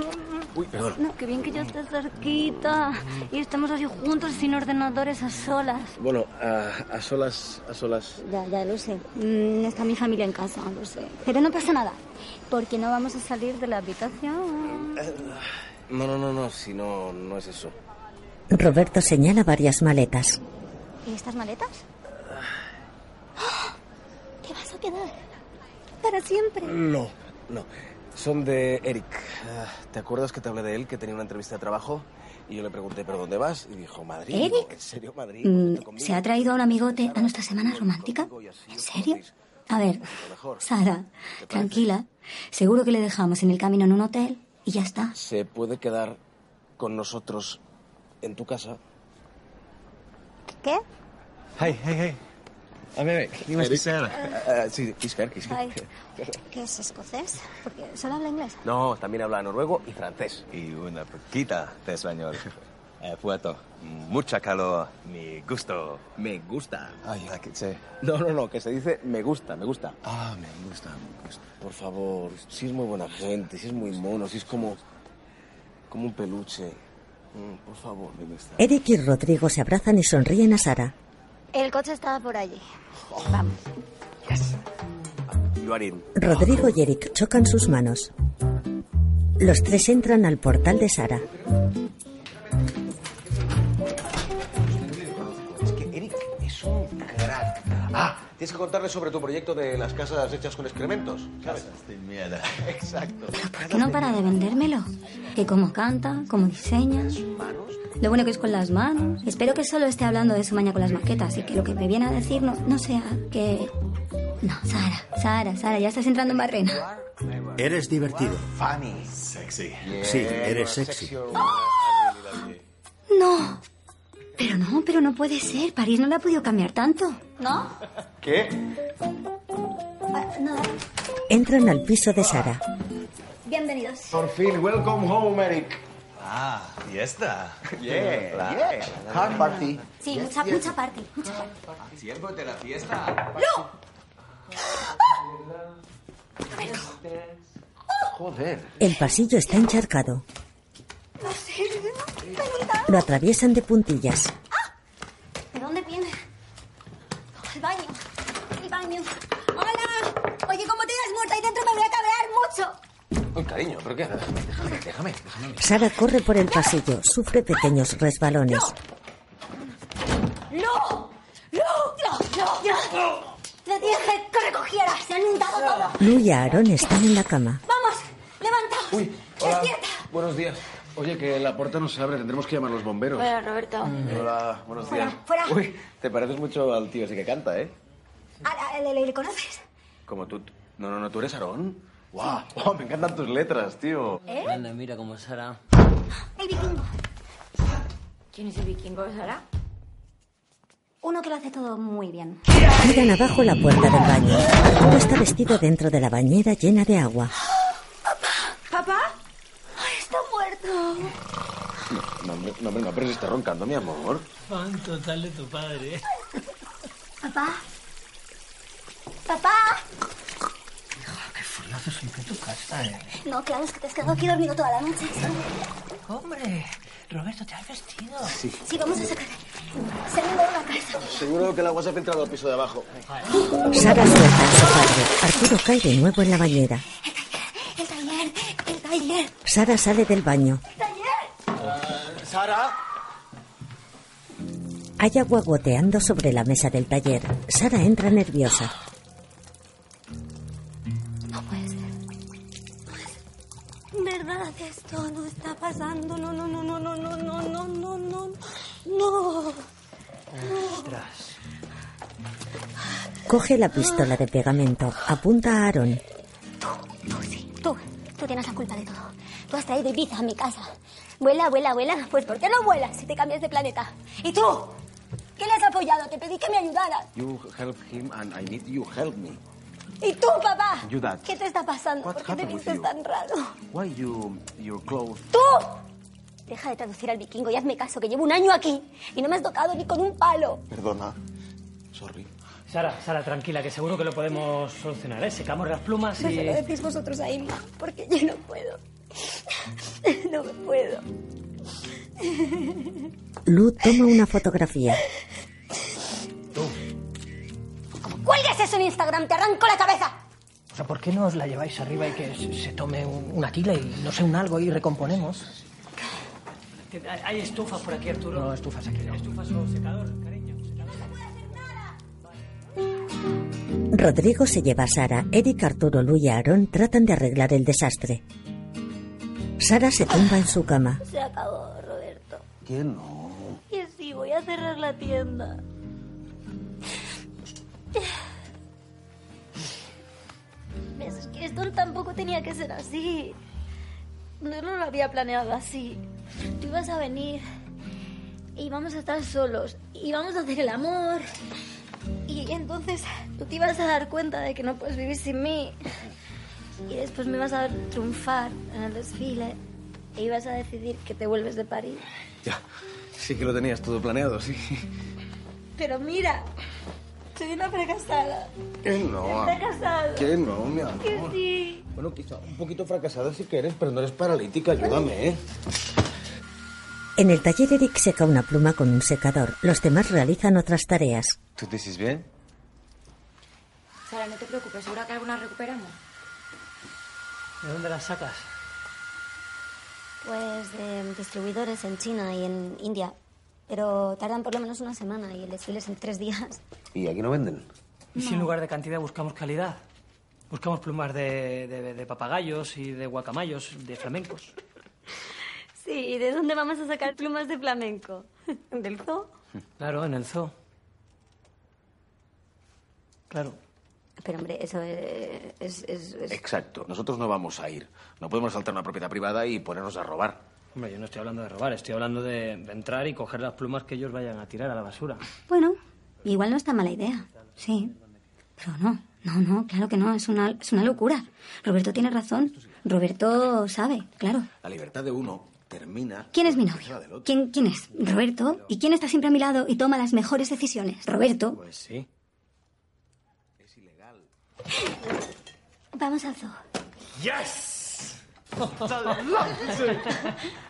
Uy, perdón. No, qué bien que yo esté cerquita. Y estamos así juntos, sin ordenadores, a solas. Bueno, a, a solas, a solas. Ya, ya lo sé. Mm, está mi familia en casa, lo sé. Pero no pasa nada, porque no vamos a salir de la habitación. No, no, no, no, si no, no es eso. Roberto señala varias maletas. ¿Y estas maletas? ¡Ah! ¿Te vas a quedar? Para siempre. No, no. Son de Eric. Ah, ¿Te acuerdas que te hablé de él, que tenía una entrevista de trabajo? Y yo le pregunté, ¿pero dónde vas? Y dijo, Madrid. Digo, ¿Eric? ¿En serio, Madrid? Mm, ¿Se ha traído a un amigote a nuestra semana romántica? ¿En serio? A ver, Sara, tranquila. Seguro que le dejamos en el camino en un hotel y ya está. ¿Se puede quedar con nosotros en tu casa? ¿Qué? Hey, hey, hey. A ver, dime Eh, Sí, Kisper, Ay, ¿Qué es escocés? Porque solo habla inglés. No, también habla noruego y francés. Y una poquita de español. Eh, puerto. Mucha calor. Mi gusto. Me gusta. Ay, aquí sé. No, no, no, que se dice me gusta, me gusta. Ah, me gusta, me gusta. Por favor, si es muy buena gente, si es muy mono, si es como. como un peluche. Mm, por favor, me gusta. Eric y Rodrigo se abrazan y sonríen a Sara. El coche estaba por allí. Vamos. You are in. Rodrigo y Eric chocan sus manos. Los tres entran al portal de Sara. Es que Eric es un crack. Ah, tienes que contarle sobre tu proyecto de las casas hechas con excrementos. ¿sabes? De mierda. <laughs> Exacto. ¿Por qué no para de vendérmelo? Que como canta, como diseña. Lo bueno que es con las manos. Espero que solo esté hablando de su maña con las maquetas y que lo que me viene a decir no, no sea que... No, Sara, Sara, Sara, ya estás entrando en barrena. Eres divertido. Funny. Sexy. Sí, eres sexy. No. Pero no, pero no puede ser. París no la ha podido cambiar tanto. ¿No? Ah, ¿Qué? Entran al piso de Sara. Bienvenidos. Por fin, welcome home, Eric. Ah, y esta. Yeah, Claro. yeah. Car party. Sí, mucha, mucha parte, mucha parte. Siervo de la fiesta. ¡No! Joder. El pasillo está encharcado. No sé, Lo atraviesan de puntillas. ¿De dónde viene? Al baño. El baño. ¡Hola! Oye, como te hayas muerto ahí dentro me voy a cabear mucho. Uy, cariño, ¿pero qué? Déjame, déjame, déjame. Sara corre por el pasillo, sufre pequeños resbalones. ¡No! ¡No! ¡No! ¡No! ¡No! ¡Te dije que recogieras! ¡Se han inundado todo! Lu y Aaron están en la cama. ¡Vamos! ¡Levantaos! Uy, hola. Buenos días. Oye, que la puerta no se abre, tendremos que llamar a los bomberos. Hola, Roberto. Mm. Hola, buenos Fuera, días. fuera. Uy, te pareces mucho al tío ese que canta, ¿eh? Ah, ¿Le, le- le conoces? Como tú. No, no, no, tú eres Aarón. ¡Guau! guau, me encantan tus letras, tío. ¿Eh? Anda, mira cómo Sara. ¡El vikingo! ¿Quién es el vikingo, Sara? Uno que lo hace todo muy bien. Miran abajo la puerta del baño. Uno está vestido dentro de la bañera llena de agua. ¿Papá? Ay, está muerto. No, hombre, no, hombre, no, pero si está roncando, mi amor. Fan total de tu padre. Papá. Papá. Frío hace siempre tu casa, ¿eh? No, claro, es que te has quedado aquí dormido toda la noche. Hombre, Roberto, te has vestido. Sí. Sí, vamos a sacar. Saliendo de la casa. Seguro que el agua se ha filtrado al piso de abajo. Sara suelta a su padre. Arturo cae de nuevo en la bañera. El taller, el taller, Sara sale del baño. el taller. ¿Sara? Hay agua goteando sobre la mesa del taller. Sara entra nerviosa. No puede ser. ¿Verdad? Esto no está pasando. No, no, no, no, no, no, no, no, no, no. No. Ostras. Coge la pistola de pegamento. Apunta a Aaron. Tú, tú tienes la culpa de todo. Tú has traído Ibiza a mi casa. Vuela, vuela, vuela. Pues ¿por qué no vuelas si te cambias de planeta? ¿Y tú? ¿Quién has apoyado? Te pedí que me ayudaras. You help him and I need you help me. ¿Y tú, papá? You that. ¿Qué te está pasando? What ¿Por qué te happened with vistes you? tan raro? Why you your clothes? ¡Tú! Deja de traducir al vikingo y hazme caso, que llevo un año aquí y no me has tocado ni con un palo. Perdona. Sorry. Sara, Sara, tranquila, que seguro que lo podemos solucionar, ¿eh? Secamos las plumas No se y... lo decís vosotros a Inma, porque yo no puedo. <laughs> No me puedo. Lu toma una fotografía. ¡Cuelgues eso en Instagram! ¡Te arranco la cabeza! O sea, ¿por qué no os la lleváis arriba y que se- se tome un- una quila y no sé, un algo y recomponemos? Hay estufas por aquí, Arturo. No, estufas aquí no. Estufas o secador, cariño. Rodrigo se lleva a Sara. Eric, Arturo, Lu y Aaron tratan de arreglar el desastre. Sara se tumba en su cama. Se acabó, Roberto. ¿Qué no? Y sí, voy a cerrar la tienda. ¿Ves? Es que esto tampoco tenía que ser así. No no lo había planeado así. Tú ibas a venir y vamos a estar solos y vamos a hacer el amor. Y entonces tú te ibas a dar cuenta de que no puedes vivir sin mí. Y después me ibas a ver triunfar en el desfile e ibas a decidir que te vuelves de París. Sí que lo tenías todo planeado, sí. Pero mira, soy una fracasada. ¿Qué no? Fracasada. ¿Qué no, mi Que amor? sí. Bueno, quizá un poquito fracasada sí que eres, pero no eres paralítica, ayúdame, ¿eh? En el taller Eric seca una pluma con un secador. Los demás realizan otras tareas. ¿Tú te dices bien? Sara, no te preocupes, seguro que alguna recuperamos. ¿De dónde las sacas? Pues de distribuidores en China y en India. Pero tardan por lo menos una semana y el desfile es en tres días. ¿Y aquí no venden? ¿Y si en lugar de cantidad buscamos calidad? Buscamos plumas de, de- de papagayos y de guacamayos, de flamencos. Sí, ¿y de dónde vamos a sacar plumas de flamenco? <laughs> ¿Del zoo? Claro, en el zoo. Claro. Pero hombre, eso eh, es... es- es- Exacto. Nosotros no vamos a ir. No podemos saltar una propiedad privada y ponernos a robar. Hombre, yo no estoy hablando de robar, estoy hablando de, de entrar y coger las plumas que ellos vayan a tirar a la basura. Bueno, igual no está mala idea, sí. Pero no, no, no, claro que no, es una, es una locura. Roberto tiene razón, Roberto sabe, claro. La libertad de uno termina. ¿Quién es mi novio? ¿Quién, ¿Quién es? ¿Roberto? ¿Y quién está siempre a mi lado y toma las mejores decisiones? Roberto. Pues sí. Vamos al zoo. ¡Yes!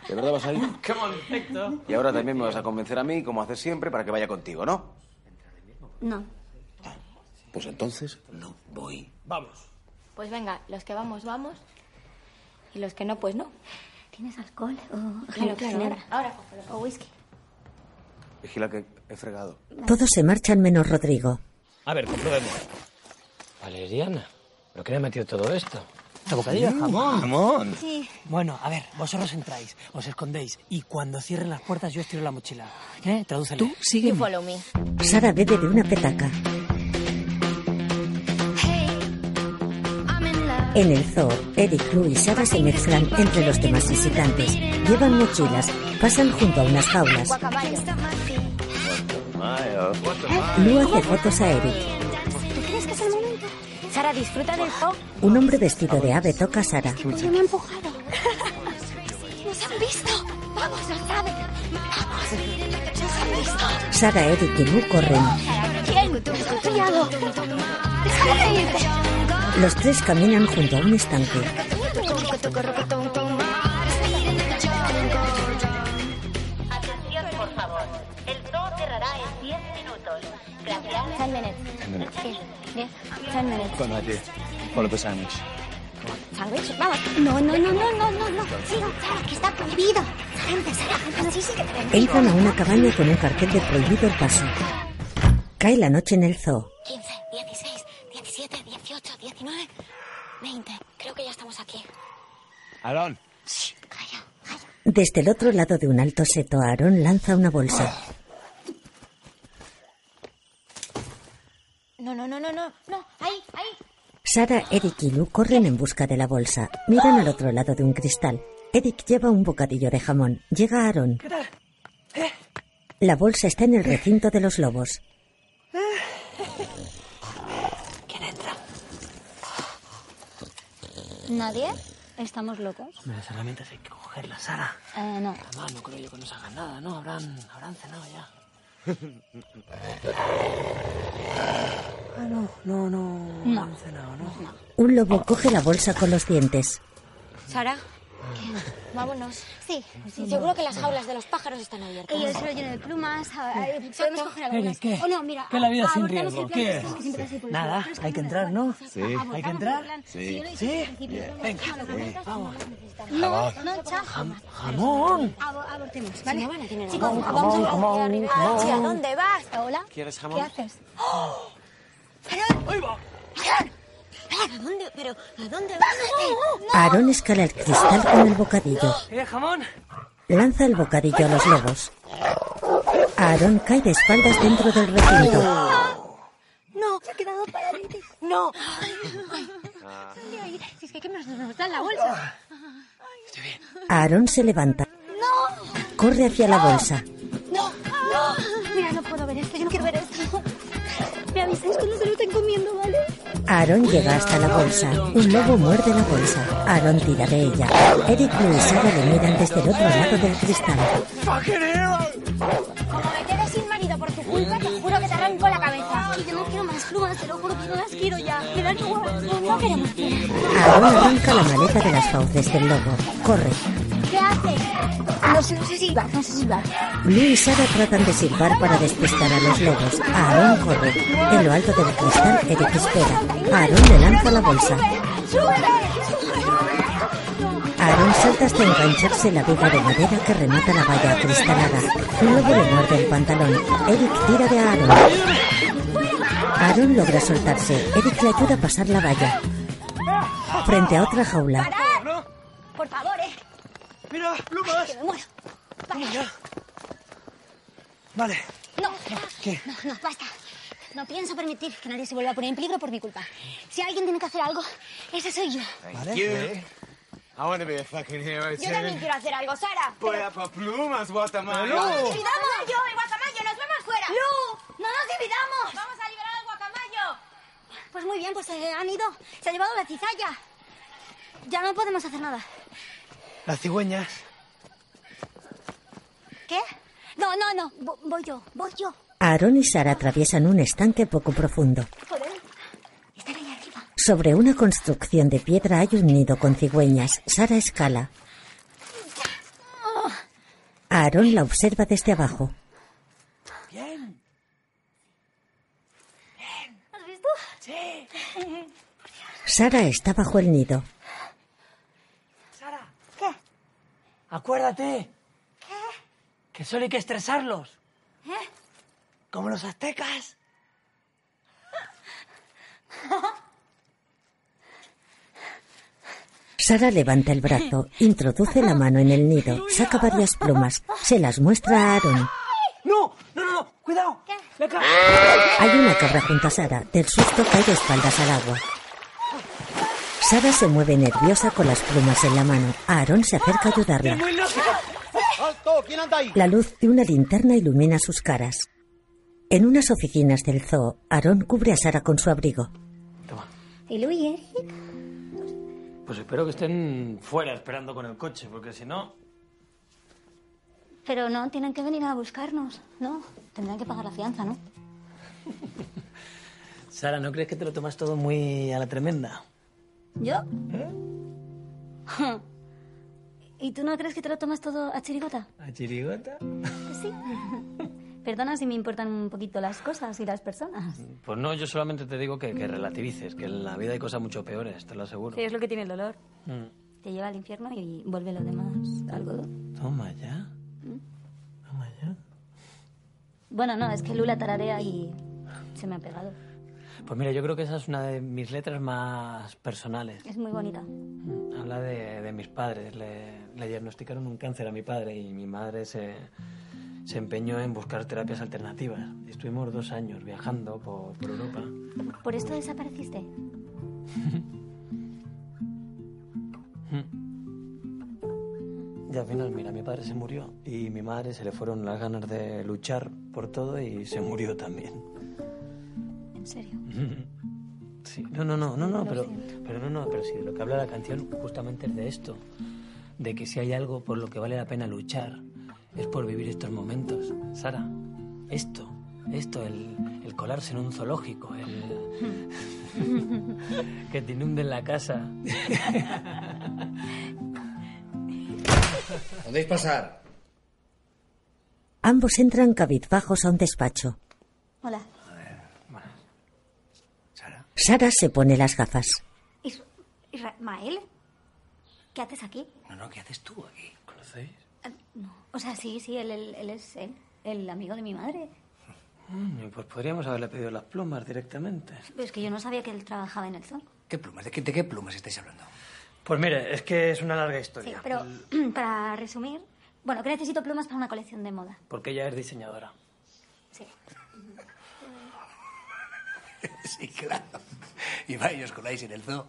¿De verdad vas a ir? ¡Qué perfecto! Y ahora también me vas a convencer a mí, como haces siempre, para que vaya contigo, ¿no? No. Pues entonces no voy. Vamos. Pues venga, los que vamos, vamos. Y los que no, pues no. ¿Tienes alcohol o Claro, claro. ginebra? Ahora, ahora cógelo. O whisky. Vigila que he fregado. Todos se marchan menos Rodrigo. A ver, comprobemos. Valeriana, ¿pero qué le ha metido todo esto? ¿Esta bocadilla de Mm, jamón? jamón. Sí. Bueno, a ver, vosotros entráis, os escondéis y cuando cierren las puertas yo estiro la mochila. ¿Eh? Tradúcele. Tú sigue. You follow me. Sara bebe de una petaca. En el zoo, Eric, Lou y Sara se mezclan entre los demás visitantes. Llevan mochilas, pasan junto a unas jaulas. Guacamayos. ¿Eh? Lu hace fotos a Eric. ¿Tú crees que es el momento? Sara, disfruta del pop. Un hombre vestido de ave toca a Sara. Oye, me ha empujado. <laughs> ¡Nos han visto! ¡Vamos, lo saben! ¡Vamos! ¡Nos han visto! Sara, Eric y Lu corren. ¿Quién? ¡Te has pillado! ¡Déjame de irte! Los tres caminan junto a un estanque. Atención, por favor. El zoo cerrará en 10 minutos. Gracias. Ten minutes. Sí, bien. Ten minutes. Con allí. Por lo pesamos. ¿Sándwich? Vamos. No, no, no, no, no, no, no. Siga, Sara, que está prohibido. ¡Gente, Sara! gente, ¡Sí, sí que tenemos! Entran a una cabaña con un cartel de prohibido el paso. Cae la noche en el zoo. 15, 16, 17, 18, 19, 20. Creo que ya estamos aquí. Alon. Desde el otro lado de un alto seto, Aaron lanza una bolsa. No, no, no, no, no. No, ahí, ahí. Sara, Eric y Lu corren en busca de la bolsa. Miran al otro lado de un cristal. Eric lleva un bocadillo de jamón. Llega Aaron. La bolsa está en el recinto de los lobos. ¿Nadie? ¿Estamos locos? Las herramientas hay que cogerlas, Sara. Eh, no. Además, no creo yo que nos hagan nada, ¿no? Habrán, habrán cenado ya. Ah, no, no, no. No han cenado, ¿no? Un lobo coge la bolsa con los dientes. Sara. Vámonos. Sí, Seguro que las jaulas de los pájaros están abiertas. Y el suelo lleno de plumas. ah, eh, Podemos coger Eric, algunas. ¿qué? O no, mira. ¿Qué la vida ah, sin abortamos riesgo? el plan ¿Qué? de estos que siempre hace por el Nada, plan. hay que entrar, ¿no? Sí. ¿Hay que Abortamos el plan. entrar? Sí. yo lo Sí. dije al principio, Bien. no, Venga. no, lo Uy. cortas, Vamos. no lo necesitamos. Jamón. No, no, chao. ¡Jamón! Abo- abortemos, ¿vale? no van a tener Chicos, jamón, vamos a jamón, vamos arriba. jamón. Archie, ¿a dónde vas? Hola. ¿Quieres ¿Qué haces? ¡Ahí va! ¿A dónde? ¿Pero a dónde vas? Aaron escala el cristal con el bocadillo. ¿Quieres jamón? Lanza el bocadillo a los lobos. Aaron cae de espaldas dentro del recinto. No, se ha quedado paralítico. No. Ay, ay, Si es que ¿qué nos, nos dan la bolsa. Aaron se levanta. Corre hacia la bolsa. No, no. Mira, no puedo ver esto, yo no quiero ver esto. Me avisáis cuando se lo estén comiendo, ¿vale? Aaron llega hasta la bolsa. Un lobo muerde la bolsa. Aaron tira de ella. Eric Lu y Sara le miran desde el otro lado del cristal. ¡Fucking hell! Como me quedes sin marido por tu culpa, te juro que te arranco la cabeza. Y yo no quiero más plumas, te lo juro que no las quiero ya. Me dan igual. No, no queremos plumas. Aaron arranca la maleta de las fauces del lobo. Corre. ¿Qué haces? No sé, no sé si va, no sé si va. Lu y Sara tratan de silbar para despistar a los lobos. Aaron corre. En lo alto del cristal, Eric espera. Aaron le lanza la bolsa. Aaron salta hasta engancharse la viga de madera que remata la valla acristalada. Un lobo le muerde el pantalón. Eric tira de Aaron. Aaron logra soltarse. Eric le ayuda a pasar la valla. Frente a otra jaula, ¡Parad! Por favor, eh. ¡Mira, plumas! Que me muero. Para. Vale. No, ¿Qué? no, no, basta. No pienso permitir que nadie se vuelva a poner en peligro por mi culpa. Si alguien tiene que hacer algo, ese soy yo. Eh. Vale. I want to be a Ah, fucking hero Yo también quiero hacer algo, Sara. Pues por plumas, guatamala. ¡No nos dividamos! ¡Yo, el guacamayo! ¡Nos vemos fuera! ¡Lu! ¡No nos dividamos! ¡Vamos a liberar al guacamayo! Pues muy bien, pues se han ido. Se ha llevado la cizalla. Ya no podemos hacer nada. Las cigüeñas. ¿Qué? No, no, no. Vo- voy yo, voy yo. Aaron y Sara atraviesan un estanque poco profundo. Joder. Están ahí arriba. Sobre una construcción de piedra hay un nido con cigüeñas. Sara escala. Aaron la observa desde abajo. Bien. ¿Has visto? <laughs> Sí. Sara está bajo el nido. Sara. ¿Qué? Acuérdate. ¿Qué? Que solo hay que estresarlos. ¿Eh? Como los aztecas. Sara levanta el brazo, introduce la mano en el nido, saca varias plumas, se las muestra a Aaron. ¡No! ¡No, no, no! ¡Cuidado! ¡La cabra! Hay una cabra junto a Sara, del susto cae de espaldas al agua. Sara se mueve nerviosa con las plumas en la mano. Aaron se acerca a ayudarla. lógico! ¡Alto! ¿Quién anda ahí? La luz de una linterna ilumina sus caras. En unas oficinas del zoo, Aaron cubre a Sara con su abrigo. ¿Y eh. Lu y Eric? Pues espero que estén fuera esperando con el coche, porque si no. Pero no, tienen que venir a buscarnos, ¿no? Tendrán que pagar la fianza, ¿no? Sara, ¿no crees que te lo tomas todo muy a la tremenda? ¿Yo? ¿Eh? <laughs> ¿Y tú no crees que te lo tomas todo a chirigota? ¿A chirigota? Pues sí. Perdona si me importan un poquito las cosas y las personas. Pues no, yo solamente te digo que, que relativices, que en la vida hay cosas mucho peores, te lo aseguro. Sí, es lo que tiene el dolor. Mm. Te lleva al infierno y vuelve lo demás algodón. Toma ya. Toma ya. Bueno, no, es que Lula tararea y se me ha pegado. Pues mira, yo creo que esa es una de mis letras más personales. Es muy bonita. Habla de, de mis padres. Le, le diagnosticaron un cáncer a mi padre y mi madre se, se empeñó en buscar terapias alternativas. Estuvimos dos años viajando por, por Europa. ¿Por esto desapareciste? Y al final, mira, mi padre se murió y mi madre se le fueron las ganas de luchar por todo y se murió también. ¿En serio? Sí, no, no, no, no, no, Lo pero, siento. pero no, no, pero sí, de lo que habla la canción justamente es de esto, de que si hay algo por lo que vale la pena luchar, es por vivir estos momentos. Sara, esto, esto, el, el colarse en un zoológico, <laughs> el que te inunden la casa. Podéis pasar. Ambos entran cabizbajos a un despacho. Hola. Sara se pone las gafas. Is- ¿Ismael? ¿Qué haces aquí? No, no, ¿qué haces tú aquí? ¿Conocéis? Eh, No. O sea, sí, sí, él, él- él es él, el amigo de mi madre. Mm, Pues podríamos haberle pedido las plumas directamente. Pero es que yo no sabía que él trabajaba en el zoo. ¿Qué plumas? ¿De qué, de qué plumas estáis hablando? <laughs> Pues mire, es que es una larga Sí, historia. pero <clears throat> para resumir, bueno, que necesito plumas para una colección de moda. Porque ella es diseñadora. Sí. Sí, claro. Y vais, os coláis en el zoo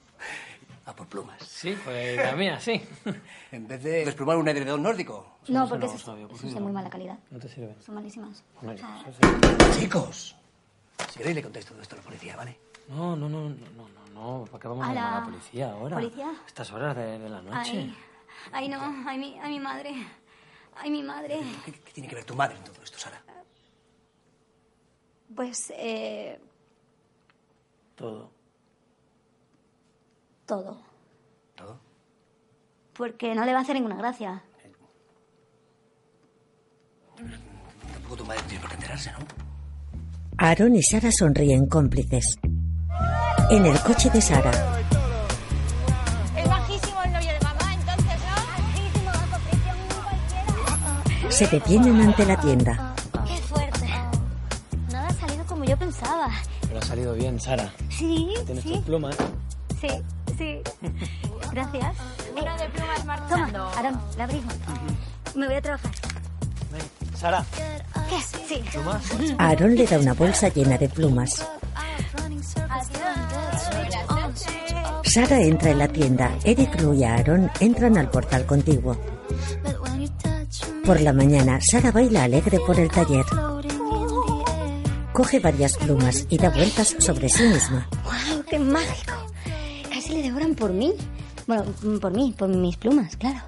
a por plumas. Sí, pues la mía, sí. <laughs> En vez de desplumar un edredón nórdico. No, pues porque eso, eso es de muy mala calidad. No te sirve. Son malísimas. O sea, Chicos, si queréis le contáis todo esto a la policía, ¿vale? No, no, no, no, no, no, no. ¿Para qué vamos a Ala. llamar a la policía ahora? ¿Policía? A Estas horas de, de la noche. ay, ay, no, ay mi, ay, mi madre. Ay, mi madre. ¿Qué tiene que ver tu madre en todo esto, Sara? Pues, eh, Todo. todo. ¿Todo? Porque no le va a hacer ninguna gracia. Tampoco tu madre tiene por qué enterarse, ¿no? Aaron y Sara sonríen cómplices. En el coche de Sara, Es bajísimo el novio de mamá, entonces, ¿no? Bajísimo, se detienen ante la tienda. Qué fuerte. Nada ha salido como yo pensaba. Pero ha salido bien, Sara. Sí, Tienes sí. tus plumas. Sí, sí. Gracias. Una de plumas marchando. Toma, Aarón, la abrimos. Me voy a trabajar. Sara. ¿Qué? Sí. Aaron le da una bolsa llena de plumas. Sara entra en la tienda. Eric Rue y Aaron entran al portal contiguo. Por la mañana, Sara baila alegre por el taller. Coge varias plumas y da vueltas sobre sí misma. ¡Wow! ¡Qué mágico! Casi le devoran por mí. Bueno, mm, por mí, por mis plumas, claro.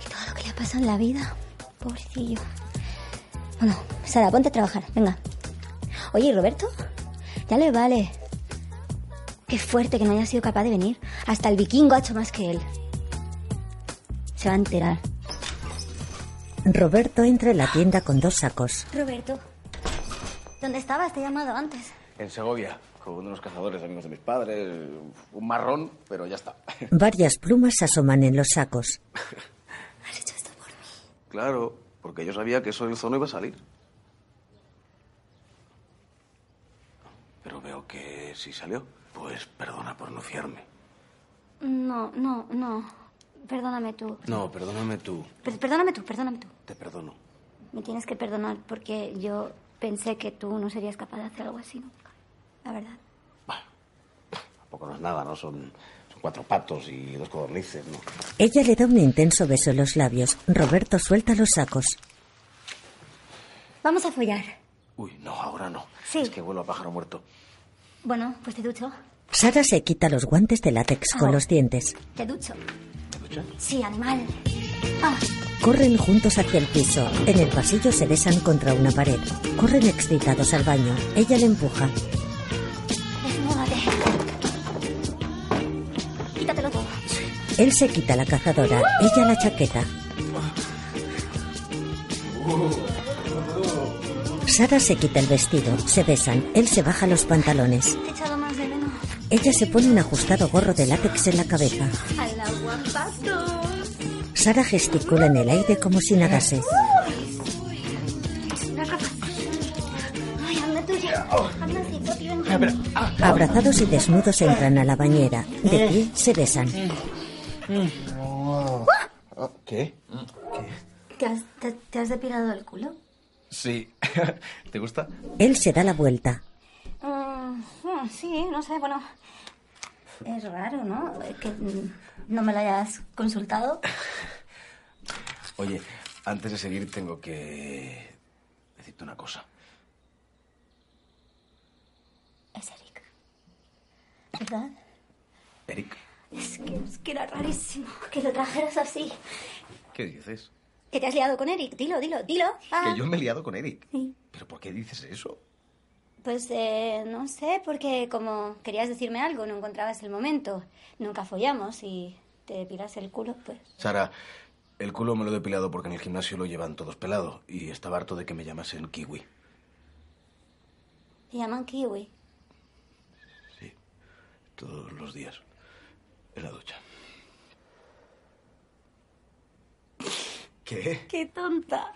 Y todo lo que le ha pasado en la vida. Pobrecillo. Bueno, Sara, ponte a trabajar, venga. Oye, ¿y Roberto? Ya le vale. Qué fuerte que no haya sido capaz de venir. Hasta el vikingo ha hecho más que él. Se va a enterar. Roberto entra en la tienda con dos sacos. Roberto, ¿dónde estabas? Te he llamado antes. En Segovia, con unos cazadores amigos de mis padres. Un marrón, pero ya está. <laughs> Varias plumas se asoman en los sacos. Claro, porque yo sabía que eso del zoo no iba a salir. Pero veo que sí salió. Pues perdona por no fiarme. No, no, no. Perdóname tú. No, perdóname tú. Per- perdóname tú, perdóname tú. Te perdono. Me tienes que perdonar porque yo pensé que tú no serías capaz de hacer algo así nunca. La verdad. Tampoco no es nada, ¿no? Son, son cuatro patos y dos codornices, ¿no? Ella le da un intenso beso en los labios. Roberto suelta los sacos. Vamos a follar. Uy, no, ahora no. Sí. Es que vuelo a pájaro muerto. Bueno, pues te ducho. Sara se quita los guantes de látex con Oh. los dientes. Te ducho. Sí, animal. Vamos. Corren juntos hacia el piso. En el pasillo se besan contra una pared. Corren excitados al baño. Ella le empuja. Desnúdate. Quítatelo todo. Él se quita la cazadora, ella la chaqueta. Sara se quita el vestido, se besan, él se baja los pantalones. Te he echado más de menos. Ella se pone un ajustado gorro de látex en la cabeza. Al aguapato. Sara gesticula en el aire como si nadase. La ropa. Ay, anda tuya. Anda, sí, yo tío. Abrazados y desnudos entran a la bañera. De pie se besan. ¿Qué? ¿Te has, te- te has depilado el culo? Sí. <laughs> ¿Te gusta? Él se da la vuelta. Mm, mm, sí, no sé, bueno. Es raro, ¿no? Eh, Que mm, no me lo hayas consultado. Oye, antes de seguir tengo que decirte una cosa. Es Eric. ¿Verdad? Eric, Es que, es que era rarísimo que lo trajeras así. ¿qué dices? ¿Que te has liado con Eric? Dilo, dilo, dilo. Ah, Que yo me he liado con Eric. Sí. ¿Pero por qué dices eso? Pues eh, no sé, porque como querías decirme algo, no encontrabas el momento. Nunca follamos y te depilas el culo, pues. Sara, el culo me lo he depilado porque en el gimnasio lo llevan todos pelado y estaba harto de que me llamasen kiwi. Te llaman kiwi. Todos los días. En la ducha. ¿Qué? ¡Qué <laughs> tonta!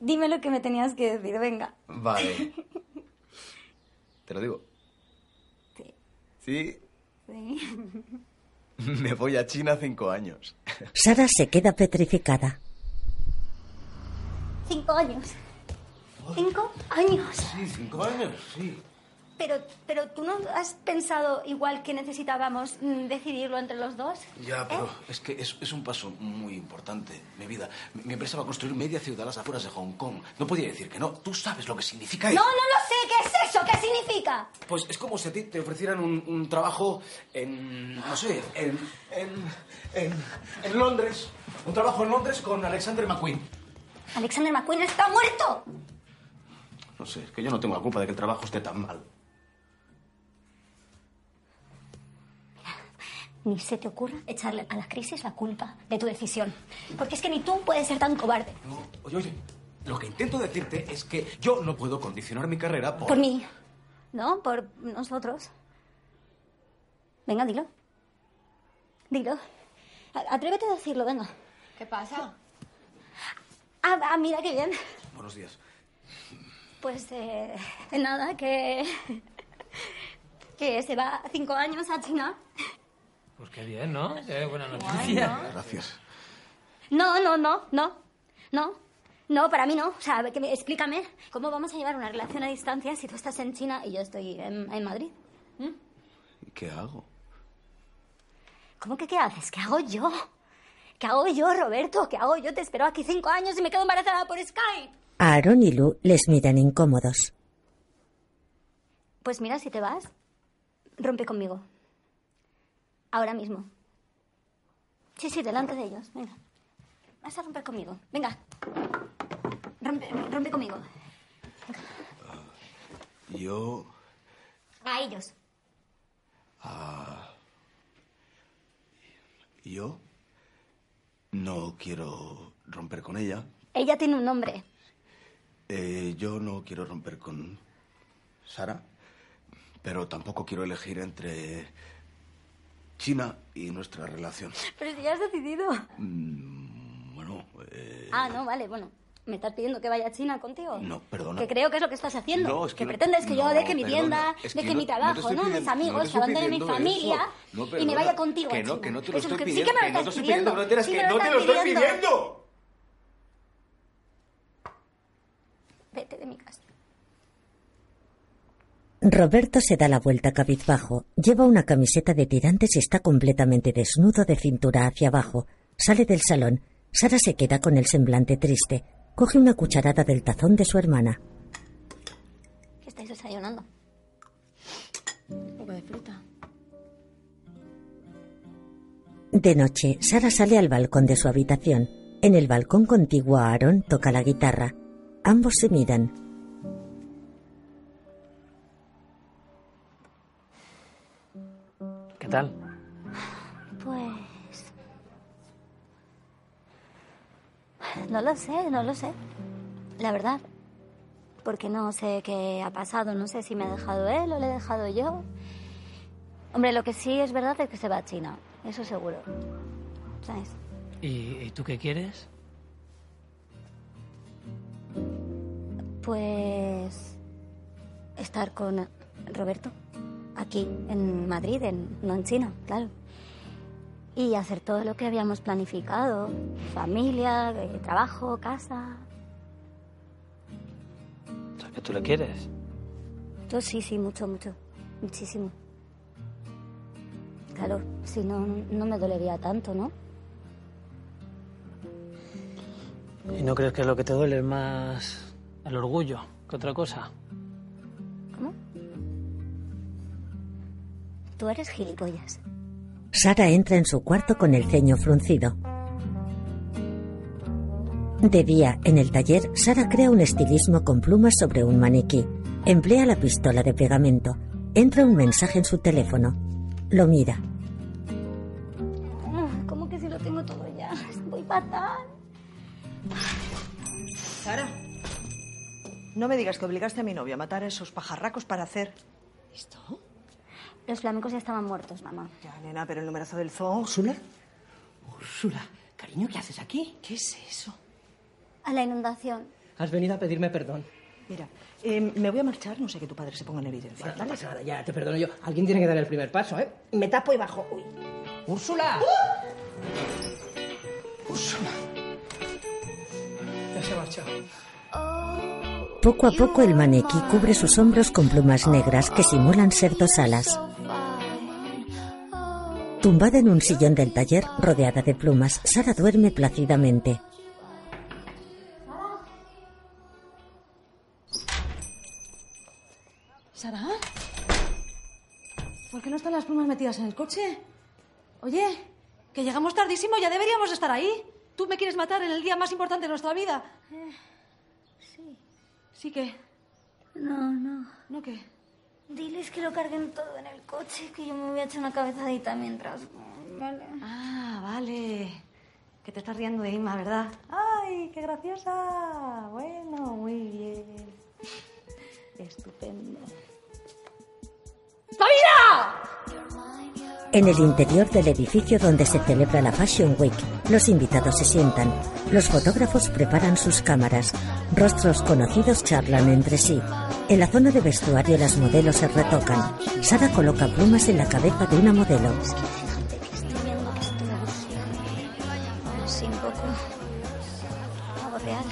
Dime lo que me tenías que decir, venga. Vale. ¿Te lo digo? Sí. Sí. <laughs> Me voy a China cinco años. Sara se queda petrificada. Cinco años. Cinco años. Sí, cinco años, sí. Pero, pero tú no has pensado igual que necesitábamos mm, decidirlo entre los dos. Ya, pero es que es, es un paso muy importante. Mi vida. Mi mi empresa va a construir media ciudad a las afueras de Hong Kong. No podía decir que no. Tú sabes lo que significa No, eso. no lo sé. ¿Qué es eso? ¿Qué significa? Pues es como si a ti te ofrecieran un, un trabajo en, no sé, en, en, en, en Londres. Un trabajo en Londres con Alexander McQueen. Alexander McQueen está muerto. No sé, es que yo no tengo la culpa de que el trabajo esté tan mal. Ni se te ocurra echarle a la crisis la culpa de tu decisión. Porque es que ni tú puedes ser tan cobarde. Oye, oye, lo que intento decirte es que yo no puedo condicionar mi carrera por... Por mí. ¿No? Por nosotros. Venga, dilo. Dilo. A- Atrévete a decirlo, venga. ¿Qué pasa? Ah, ah, mira qué bien. Buenos días. Pues eh, <laughs> nada, que. <laughs> que se va cinco años a China. Pues qué bien, ¿no? Qué buena Guay, noticia. ¿no? Gracias. No, no, no, no. No. No, para mí no. O sea, que me- explícame cómo vamos a llevar una relación a distancia si tú estás en China y yo estoy en, en Madrid. ¿Y qué hago? ¿Cómo que qué haces? ¿Qué hago yo? ¿Qué hago yo, Roberto? ¿Qué hago yo? Te espero aquí cinco años y me quedo embarazada por Skype. Aaron y Lu les miran incómodos. Pues mira, si te vas, rompe conmigo. Ahora mismo. Sí, sí, delante de ellos. Venga. Vas a romper conmigo. Venga. Rompe, rompe conmigo. Yo... A ellos. ah, yo no quiero romper con ella. Ella tiene un nombre. Eh, yo no quiero romper con Sara, pero tampoco quiero elegir entre China y nuestra relación. Pero si ya has decidido. Mm, bueno, eh, Ah, no, vale, bueno. ¿Me estás pidiendo que vaya a China contigo? no, perdona. Que creo que es lo que estás haciendo. No, es que que no- pretendes que yo no, deje mi perdona, tienda, es que deje yo mi no- no te trabajo, estoy ¿no? mis pidiendo- no te amigos, que estoy abandone mi pidiendo familia eso. No, y me perdona, vaya contigo. que a no, China. que no te Eso lo es estoy que- pidiendo, Sí que que me no lo te estás pidiendo. estoy pidiendo, Fronteras, sí que me no te estás lo estoy pidiendo. Vete de mi casa. Roberto se da la vuelta cabizbajo, lleva una camiseta de tirantes y está completamente desnudo de cintura hacia abajo. Sale del salón. Sara se queda con el semblante triste. Coge una cucharada del tazón de su hermana. ¿Qué estáis desayunando? Un poco de fruta. De noche, Sara sale al balcón de su habitación. En el balcón contiguo a Aaron toca la guitarra. Ambos se miran. ¿Qué tal? Pues... No lo sé, no lo sé. La verdad. Porque no sé qué ha pasado, no sé si me ha dejado él o le he dejado yo. Hombre, lo que sí es verdad es que se va a China, eso seguro. ¿Sabes? ¿Y, y tú qué quieres? Pues estar con Roberto aquí en Madrid, en, no en China, claro. Y hacer todo lo que habíamos planificado, familia, eh, trabajo, casa. O sea, que tú le quieres. Yo sí, sí, mucho, mucho, muchísimo. Claro, si no, no me dolería tanto, ¿no? ¿Y no crees que lo que te duele es más el orgullo que otra cosa? Tú eres gilipollas. Sara entra en su cuarto con el ceño fruncido. De día, en el taller, Sara crea un estilismo con plumas sobre un maniquí. Emplea la pistola de pegamento. Entra un mensaje en su teléfono. Lo mira. Uf, Ah, ¿Cómo que si lo tengo todo ya? <laughs> Voy fatal. Sara, no me digas que obligaste a mi novio a matar a esos pajarracos para hacer... ¿Esto? Los flamencos ya estaban muertos, mamá. Ya, nena, pero el numerazo del zoo... ¿Úrsula? Úrsula, cariño, ¿qué haces aquí? ¿Qué es eso? A la inundación. Has venido a pedirme perdón. Mira, eh, me voy a marchar, no sé que tu padre se ponga en evidencia. Bueno, no pasa nada, ya, te perdono yo. Alguien tiene que dar el primer paso, ¿eh? Me tapo y bajo. Uy. ¡Úrsula! ¡Úrsula! Ya se ha marchado. Poco a poco el maniquí cubre sus hombros con plumas negras que simulan ser dos alas. Tumbada en un sillón del taller, rodeada de plumas, Sara duerme plácidamente. ¿Sara? ¿Por qué no están las plumas metidas en el coche? Oye, que llegamos tardísimo, ya deberíamos estar ahí. Tú me quieres matar en el día más importante de nuestra vida. sí. ¿Sí que? No, no. ¿No qué? Diles que lo carguen todo en el coche, que yo me voy a echar una cabezadita mientras. Vale. Ah, vale. Que te estás riendo de Inma, ¿verdad? ¡Ay, qué graciosa! Bueno, muy bien. <laughs> Estupendo. ¡Familia! En el interior del edificio donde se celebra la Fashion Week, los invitados se sientan. Los fotógrafos preparan sus cámaras. Rostros conocidos charlan entre sí. En la zona de vestuario las modelos se retocan. Sara coloca plumas en la cabeza de una modelo. Estoy viendo que estoy así un poco agoreal.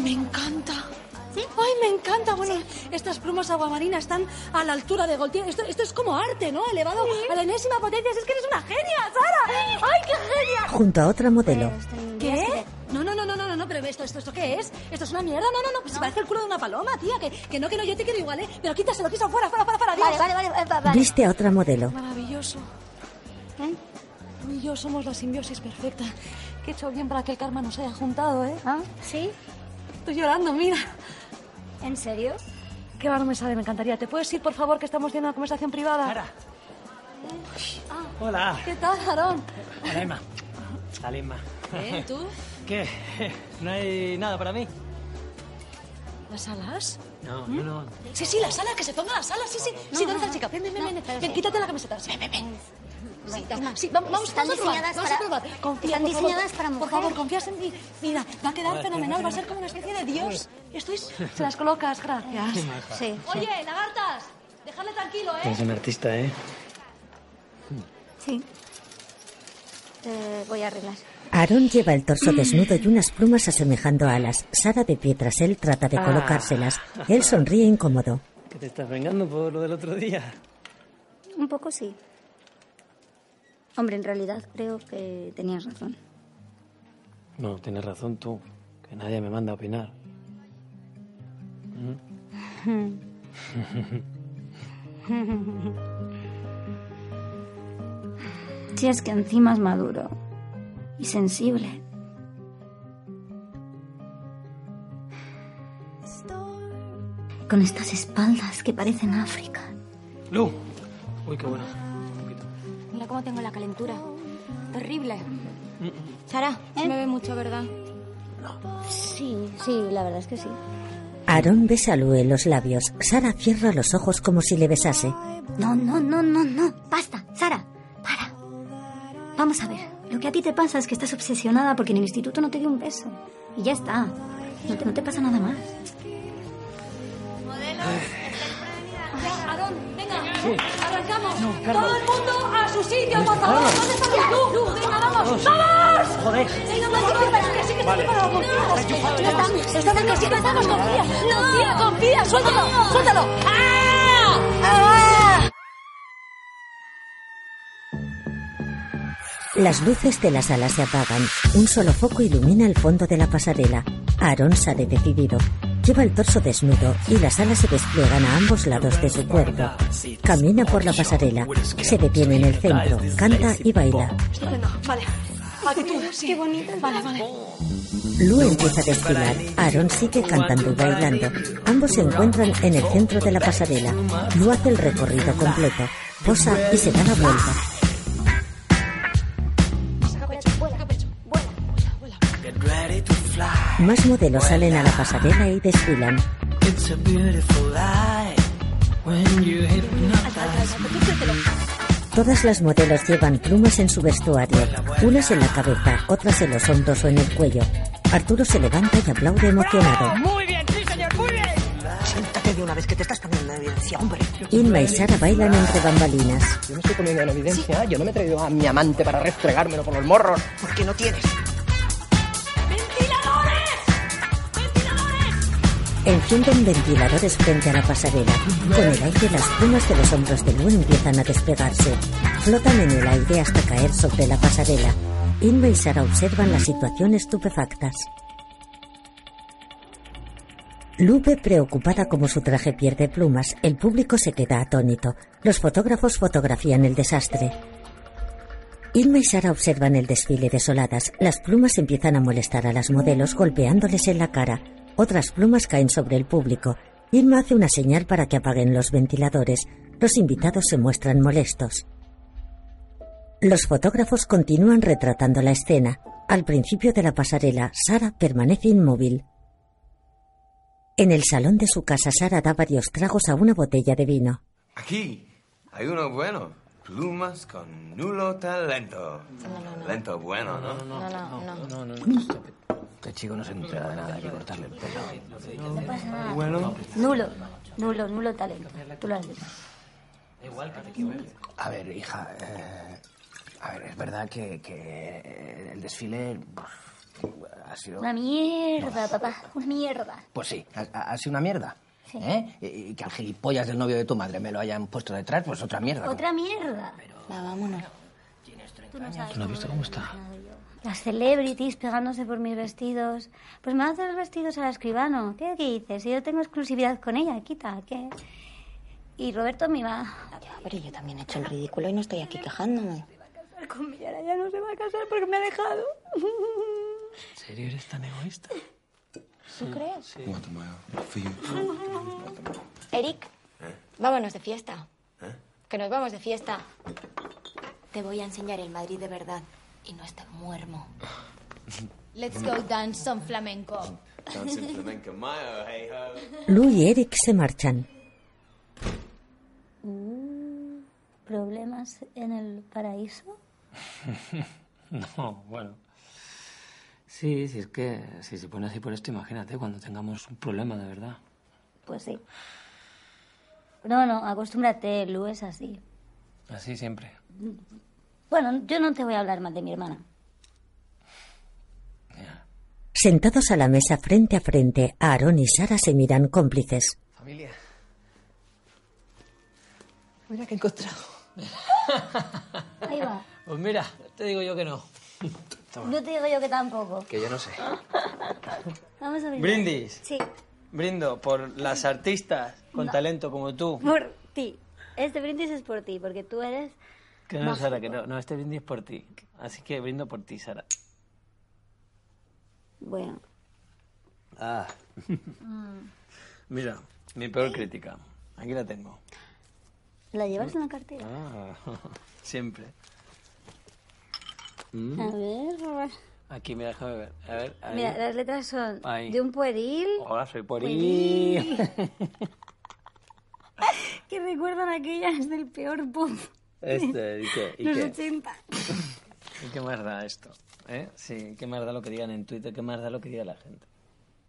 ¡Me encanta! ¡Ay, me encanta! Bueno, estas plumas aguamarinas están a la altura de Gautier. Esto, esto es como arte, ¿no? Elevado a la enésima potencia. Es que eres una genia, Sara. ¡Ay, qué genia! Junto a otra modelo. ¿Qué? No, no, no, no, no, no, no, pero esto, esto, esto, ¿qué es? Esto es una mierda, no, no, no, pues parece el culo de una paloma, tía, que, que no, que no, yo te quiero igual, ¿eh? Pero quítaselo, quítaselo, fuera, fuera, fuera, fuera, adiós. Vale, vale, vale, eh, va- vale. Viste a otra modelo. Maravilloso. ¿Eh? Tú y yo somos la simbiosis perfecta. Qué hecho bien para que el karma nos haya juntado, ¿eh? ¿Ah? ¿Sí? Estoy llorando, mira. ¿En serio? Qué raro me sale, me encantaría. ¿Te puedes ir, por favor, que estamos teniendo una conversación privada? Sara. Ah, Hola. ¿Qué tal, Aarón? Hola, Emma. Hola, Emma. ¿Eh? ¿Tú? <laughs> ¿Qué? ¿No hay nada para mí? ¿Las alas? No, no, no. Sí, sí, las alas, que se ponga las alas, sí, sí. sí, ¿dónde está la chica? Ven, ven, ven, ven, ven, quítate la camiseta. Ven, ven, ven. Sí, da- sí, vamos, vamos, Están vamos a probar, diseñadas vamos a para- probar. Confía, están por favor. diseñadas para Por mujer. favor, confías en mí. Mira, va a quedar fenomenal, va a ser como una especie de dios. Esto es... Se las colocas, gracias. Qué maja. Sí. Oye, lagartas, dejadle tranquilo, Eres un artista, ¿eh? Sí. Te voy a arreglar. Aaron lleva el torso desnudo y unas plumas asemejando alas. Sara de pie tras él trata de Ah. colocárselas. Él sonríe incómodo. ¿Que te estás vengando por lo del otro día? Un poco sí. Hombre, en realidad creo que tenías razón. No, tienes razón tú, que nadie me manda a opinar. ¿Mm? Si es que encima es maduro y sensible. Con estas espaldas que parecen África. ¡Lu! Uy, qué bueno. Mira cómo tengo la calentura. Terrible. Sara, me ve mucho, ¿verdad? Sí, sí, la verdad es que sí. Aaron besa a Lue los labios. Sara cierra los ojos como si le besase. No, no, no, no, no. Basta, Sara. Para. Vamos a ver. Lo que a ti te pasa es que estás obsesionada porque en el instituto no te di un beso. Y ya está. No te, no te pasa nada más. ¡Arrancamos! Carlos. ¡Todo el mundo a su sitio, por favor! Carlos. ¿Dónde está mi Carlos. luz? ¡Venga, vamos! Carlos. ¡Vamos! Joder. ¡Venga, más rápido! ¡Que sí que está preparado! ¡No! ¡No estamos! ¡Estamos! ¡Que sí que estamos! ¡Confía! ¡Confía! ¡Confía! ¡Suéltalo! ¡Suéltalo! ¡Ah! ¡Ah! Las luces de la sala se apagan. Un solo foco ilumina el fondo de la pasarela. Aaron sale decidido. Lleva el torso desnudo y las alas se despliegan a ambos lados de su cuerpo. Camina por la pasarela. Se detiene en el centro. Canta y baila. Estupendo. Vale. Actitud. Sí. ¡Qué bonita! Vale, vale. Lou empieza a desfilar. Aaron sigue cantando y bailando. Ambos se encuentran en el centro de la pasarela. Lou hace el recorrido completo. Posa y se da la vuelta. Get ready to fly. Más modelos salen a la pasarela y desfilan. It's a beautiful life when you hypnotize Todas las modelos llevan plumas en su vestuario, unas en la cabeza, otras en los hombros o en el cuello. Arturo se levanta y aplaude emocionado. Muy bien, sí, señor, muy bien. Siéntate de una vez que te estás poniendo en evidencia, hombre. Inma y Sara bailan entre bambalinas. Yo me estoy poniendo en evidencia. Yo no me he traído a mi amante para restregármelo por los morros. Porque no tienes. Encienden ventiladores frente a la pasarela. Con el aire las plumas de los hombros de Lou empiezan a despegarse. Flotan en el aire hasta caer sobre la pasarela. Inma y Sara observan la situación estupefactas. Lou ve preocupada como su traje pierde plumas. El público se queda atónito. Los fotógrafos fotografían el desastre. Inma y Sara observan el desfile desoladas. Las plumas empiezan a molestar a las modelos golpeándoles en la cara. Otras plumas caen sobre el público. Irma hace una señal para que apaguen los ventiladores. Los invitados se muestran molestos. Los fotógrafos continúan retratando la escena. Al principio de la pasarela, Sara permanece inmóvil. En el salón de su casa, Sara da varios tragos a una botella de vino. Aquí hay uno bueno. Plumas con nulo talento. Lento bueno, ¿no? No, no, no. No, no, Este chico no se entera de nada, hay que cortarle el No pasa nada. Bueno. Nulo. Nulo, nulo talento. Tú lo has dicho. A ver, hija. eh, a ver, es verdad que, que el desfile pues, ha sido. Una mierda, papá. Una mierda. Pues sí, ha, ha- ha sido una mierda. ¿eh? Y, y que al gilipollas del novio de tu madre me lo hayan puesto detrás, pues otra mierda. Otra mierda. Va, vámonos. Tú no sabes ¿Tú no has visto cómo está? Las celebrities pegándose por mis vestidos. Pues me haces los vestidos al escribano. ¿Qué, ¿Qué dices? Yo tengo exclusividad con ella, quita, ¿qué? Y Roberto me va a Ya, pero yo también he hecho el ridículo y no estoy aquí quejándome. casar con mi ahora ya no se va a casar porque me ha dejado. <laughs> ¿En serio eres <laughs> tan egoísta? ¿Tú crees? pelo. Eric, vámonos de fiesta. Que nos vamos de fiesta. Te voy a enseñar el Madrid de verdad y no este muermo. Let's go dance some <laughs> flamenco. Dancing flamenco, my oh, hey ho. Lou y Eric se marchan. Mm, ¿Problemas en el paraíso? No, bueno. Sí, sí, es que si se pone así por esto, imagínate cuando tengamos un problema de verdad. Pues sí. No, no, acostúmbrate, Lu, es así. Así siempre. Bueno, yo no te voy a hablar mal de mi hermana. Sentados a la mesa frente a frente, Aaron y Sara se miran cómplices. Familia. Mira que he encontrado. Ahí va. <laughs> Pues mira, te digo yo que no. Toma. No te digo yo que tampoco. Que yo no sé. Vamos a brindar. Brindis. Sí, Brindo por las artistas con No. talento como tú. por ti. Este brindis es por ti, porque tú eres... Que no, Sara, que no. No, este brindis es por ti. Así que brindo por ti, Sara. Bueno. <laughs> Ah. Mm. Mira, mi peor crítica. Aquí la tengo. ¿La llevas en la cartera? Ah, <laughs> siempre. Mm. A ver... Aquí, mira, déjame ver. A ver, ahí. Mira, las letras son Ahí. de un pueril Hola, soy Pori. Pueril. que recuerdan aquellas del peor pop. <laughs> Este, ¿y qué? ¿Y Los qué? 80. ¿Y qué más da esto? ¿Eh? Sí, qué más da lo que digan en Twitter, qué más da lo que diga la gente.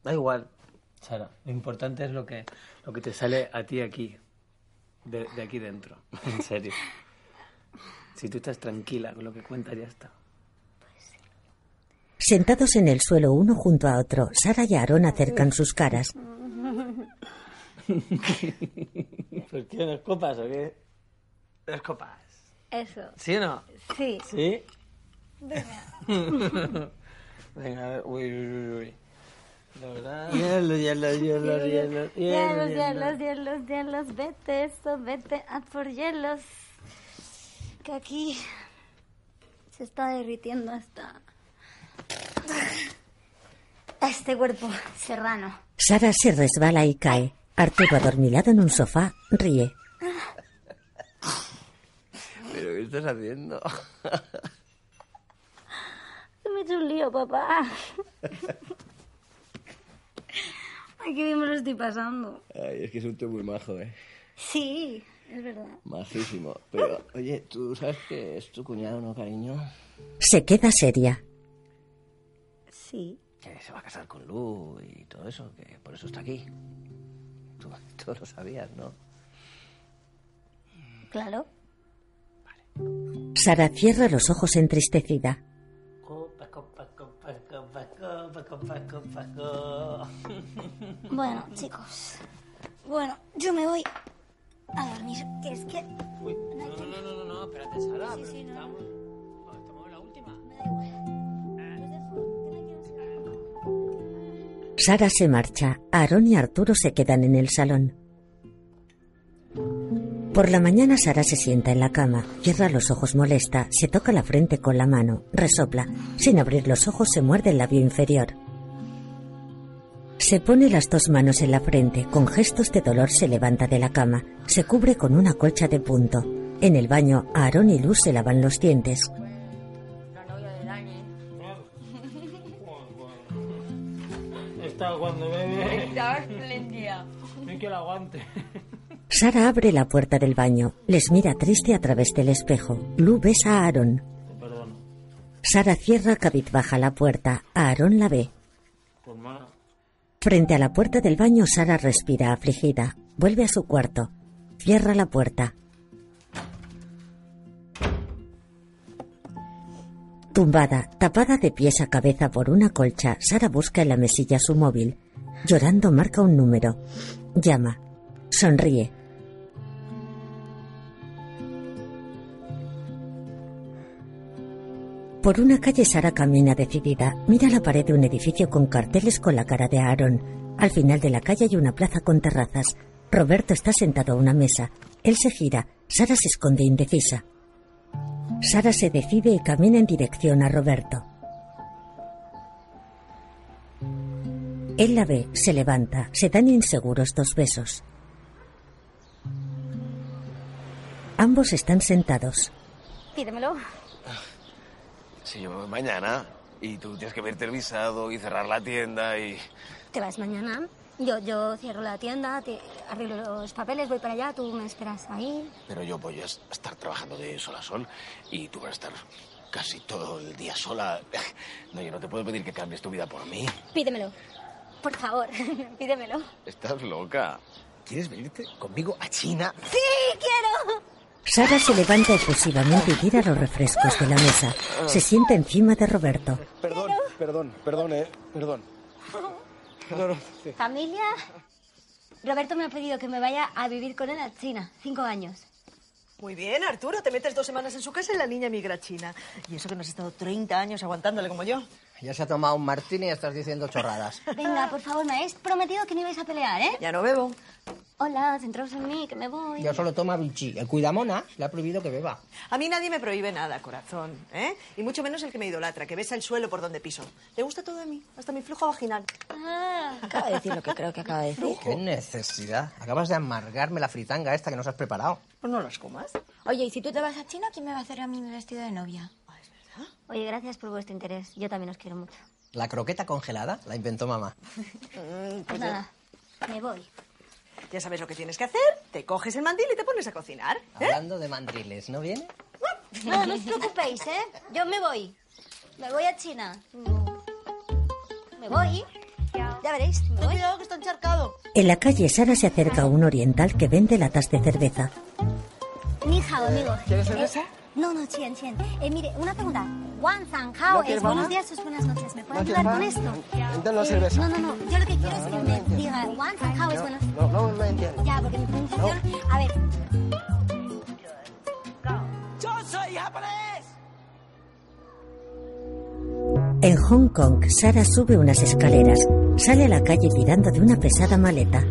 Da igual, Sara. Lo importante es lo que, lo que te sale a ti aquí, de, de aquí dentro. <laughs> En serio. Si tú estás tranquila con lo que cuentas, ya está. Sentados en el suelo uno junto a otro, Sara y Aaron acercan sus caras. ¿Por qué? ¿Las copas o qué? Las copas. Eso. ¿Sí o no? Sí. ¿Sí? Venga. <laughs> Venga, a ver. Uy, uy, uy, uy. La verdad. Hielo, hielo, hielo, hielo. Hielos, hielos, hielos, hielos, vete eso, vete a por hielos. Que aquí se está derritiendo hasta... Este cuerpo serrano. Sara se resbala y cae. Arturo adormilado en un sofá ríe. ¿Pero qué estás haciendo? Me he hecho un lío, papá. <laughs> Ay, qué bien me lo estoy pasando. Ay, es que es un tío muy majo, ¿eh? Sí, es verdad. Majísimo. Pero, oye, ¿tú sabes que es tu cuñado, no, cariño? Se queda seria. Sí. Que se va a casar con Lu y todo eso, que por eso está aquí. Tú, tú lo sabías, ¿no? Claro. Sara cierra los ojos entristecida. Copa, copa, copa, copa, copa, copa, copa, copa. Bueno, chicos. Bueno, yo me voy a dormir. Que es que. No, no, no, no, no, no, espérate, Sara. pero estamos- Eh. Sara se marcha. Aarón y Arturo se quedan en el salón. Por la mañana Sara se sienta en la cama, cierra los ojos molesta, se toca la frente con la mano, resopla. Sin abrir los ojos se muerde el labio inferior. Se pone las dos manos en la frente, con gestos de dolor se levanta de la cama, se cubre con una colcha de punto. En el baño, Aarón y Luz se lavan los dientes. ¿eh? Está aguando, bebé. Está espléndida. Ven que la aguante. Sara abre la puerta del baño, les mira triste a través del espejo. Lu besa a Aaron. Perdón. Sara cierra cabizbaja la puerta. Aaron la ve. Por mala. Frente a la puerta del baño, Sara respira afligida. Vuelve a su cuarto. Cierra la puerta. Tumbada, tapada de pies a cabeza por una colcha, Sara busca en la mesilla su móvil. Llorando marca un número. Llama. Sonríe. Por una calle Sara camina decidida. Mira la pared de un edificio con carteles con la cara de Aaron. Al final de la calle hay una plaza con terrazas. Roberto está sentado a una mesa. Él se gira. Sara se esconde indecisa. Sara se decide y camina en dirección a Roberto. Él la ve, se levanta, se dan inseguros dos besos. Ambos están sentados. Pídemelo. Si yo me voy mañana y tú tienes que pedirte el visado y cerrar la tienda y... Te vas mañana. Yo, yo cierro la tienda, te arreglo los papeles, voy para allá, tú me esperas ahí. Pero yo voy a estar trabajando de sol a sol y tú vas a estar casi todo el día sola. <laughs> No, yo no te puedo pedir que cambies tu vida por mí. Pídemelo. Por favor, <laughs> pídemelo. Estás loca. ¿Quieres venirte conmigo a China? ¡Sí, quiero! Sara se levanta efusivamente y tira los refrescos de la mesa. Se sienta encima de Roberto. Perdón, perdón, perdón, eh, perdón. No, no, sí. Familia. Roberto me ha pedido que me vaya a vivir con él a China. Cinco años. Muy bien, Arturo, te metes dos semanas en su casa y la niña migra a China. Y eso que no has estado 30 años aguantándole como yo. Ya se ha tomado un martini y ya estás diciendo chorradas. Venga, por favor, me habéis prometido que no ibais a pelear, ¿eh? Ya no bebo. Hola, centraos en mí, que me voy. Yo solo toma Vichy. El cuidamona le ha prohibido que beba. A mí nadie me prohíbe nada, corazón, ¿eh? Y mucho menos el que me idolatra, que besa el suelo por donde piso. Le gusta todo de mí, hasta mi flujo vaginal. Ah. Acaba de decir lo que creo que acaba de decir. Qué necesidad. Acabas de amargarme la fritanga esta que nos has preparado. Pues no las comas. Oye, y si tú te vas a China, ¿quién me va a hacer a mí mi vestido de novia? Oye, gracias por vuestro interés. Yo también os quiero mucho. La croqueta congelada la inventó mamá. Pues nada, me voy. Ya sabes lo que tienes que hacer. Te coges el mandil y te pones a cocinar. Hablando de mandriles, ¿no viene? No, no os preocupéis, ¿eh? Yo me voy. Me voy a China. Me voy. Ya veréis. Me voy. Cuidado que está encharcado. En la calle, Sara se acerca a un oriental que vende latas de cerveza. Ni hao, amigo. ¿Quieres cerveza? No, no, Chien, Chien. Eh, mire, una pregunta. Wan Zhang Hao es quieres, buenos mamá? días, es buenas noches. ¿Me puede ¿No ayudar con quieres, esto? Entonces no cerveza. No, no, no. Yo lo que quiero es que me diga Wan Zhang Hao es buenos días. No, no, no entiendo. Ya, porque mi pronunciación... A ver, ¡Yo soy japonés! En Hong Kong, Sara sube unas escaleras, sale a la calle tirando de una pesada maleta.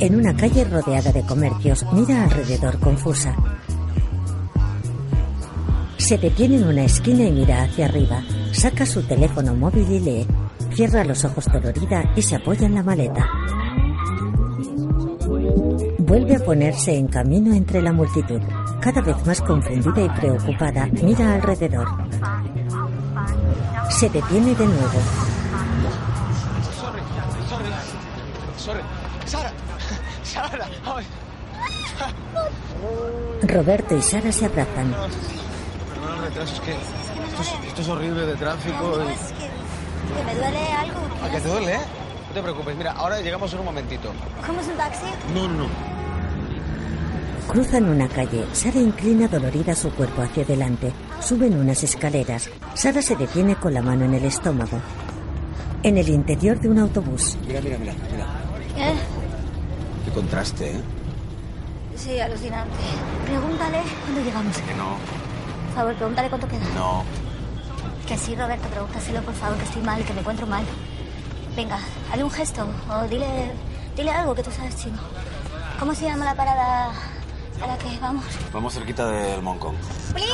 En una calle rodeada de comercios, mira alrededor confusa. Se detiene en una esquina y mira hacia arriba. Saca su teléfono móvil y lee. Cierra los ojos dolorida y se apoya en la maleta. Vuelve a ponerse en camino entre la multitud. Cada vez más confundida y preocupada, mira alrededor. Se detiene de nuevo. Sorry, sorry, sorry. Sara, Sara, ay. Roberto y Sara se abrazan. Perdona el retraso, es que esto es, esto es horrible de tráfico. y- que me duele algo. ¿A que te duele, eh? No te preocupes, mira, ahora llegamos en un momentito. ¿Cómo es un taxi? No, no. Cruzan una calle. Sara inclina dolorida su cuerpo hacia adelante. Suben unas escaleras. Sara se detiene con la mano en el estómago. En el interior de un autobús. Mira, mira, mira, mira. Eh, Qué contraste, ¿eh? sí, alucinante. Pregúntale cuándo llegamos. Que no, Por favor, pregúntale cuánto queda. no. Que sí, Roberto, pregúntaselo, por favor, que estoy mal, que me encuentro mal. Venga, hazle un gesto o dile, dile algo que tú sabes chino. ¿Cómo se llama la parada a la que vamos? Vamos cerquita del Hong Kong. Please,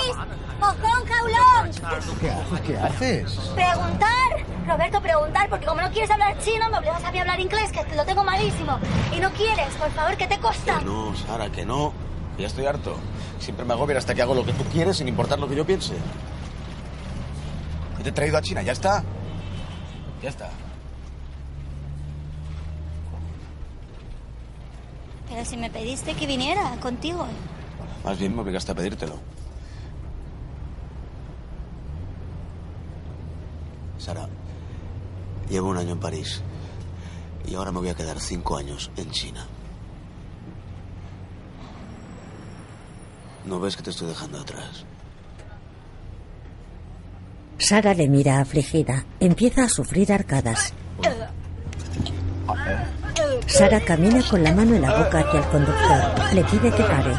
Hong Kong, how long? ¿Qué haces? ¿Qué haces? Preguntar, Roberto, preguntar, porque como no quieres hablar chino, me obligas a mí a hablar inglés, que lo tengo malísimo. Y no quieres, por favor, que te costa. No, Sara, que no. Que Ya estoy harto. Siempre me agobian hasta que hago lo que tú quieres sin importar lo que yo piense. Y te he traído a China, ya está. Ya está. Pero si me pediste que viniera contigo. Más bien me obligaste a pedírtelo. Sara, llevo un año en París y ahora me voy a quedar cinco años en China. ¿No ves que te estoy dejando atrás? Sara le mira afligida. Empieza a sufrir arcadas. Sara camina con la mano en la boca hacia el conductor. Le pide que pare.